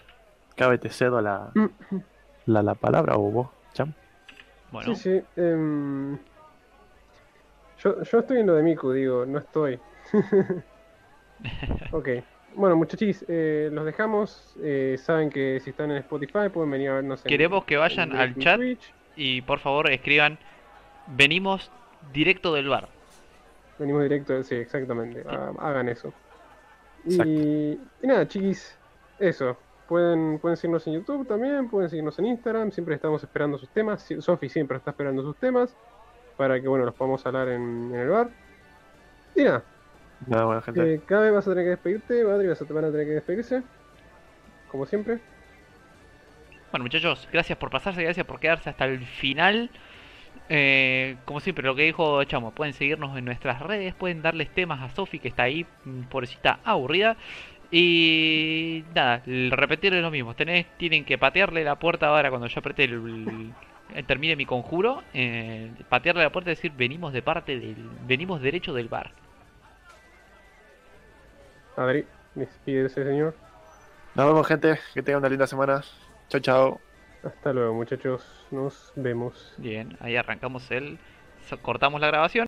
S4: cabe te cedo la,
S1: Mm.
S4: la, la palabra o vos, Cham.
S2: bueno,
S1: Sí, sí. em, yo, yo estoy en lo de Miku, digo, no estoy. ok. Bueno, muchachis, eh, los dejamos. Eh, saben que si están en Spotify pueden venir a vernos. en-
S2: Queremos que vayan
S1: en
S2: al
S1: directo en
S2: chat.
S1: Twitch.
S2: y por favor escriban, venimos directo del bar.
S1: Venimos directo, sí, exactamente. ha- Hagan eso.
S4: Exacto.
S1: Y, y nada, chiquis, eso. Pueden, pueden seguirnos en YouTube también, pueden seguirnos en Instagram, siempre estamos esperando sus temas. Si- Sofi siempre está esperando sus temas para que bueno los podamos hablar en, en el bar. Y nada,
S4: Nada, bueno, gente.
S1: eh, Cabe vas a tener que despedirte, Badri vas a, van a tener que despedirse. Como siempre.
S2: Bueno muchachos, gracias por pasarse, gracias por quedarse hasta el final. Eh, como siempre, lo que dijo Chamo, pueden seguirnos en nuestras redes, pueden darles temas a Sofi que está ahí, mm, pobrecita aburrida. Y nada, el repetir es lo mismo, tenés, tienen que patearle la puerta ahora cuando yo apriete el, el- termine mi conjuro, eh, patearle la puerta y decir venimos de parte del, venimos derecho del bar.
S1: Badri, despídese señor.
S4: Nos vemos, gente. Que tengan una linda semana. Chao, chao.
S1: Hasta luego muchachos, nos vemos.
S2: Bien, ahí arrancamos el, cortamos la grabación.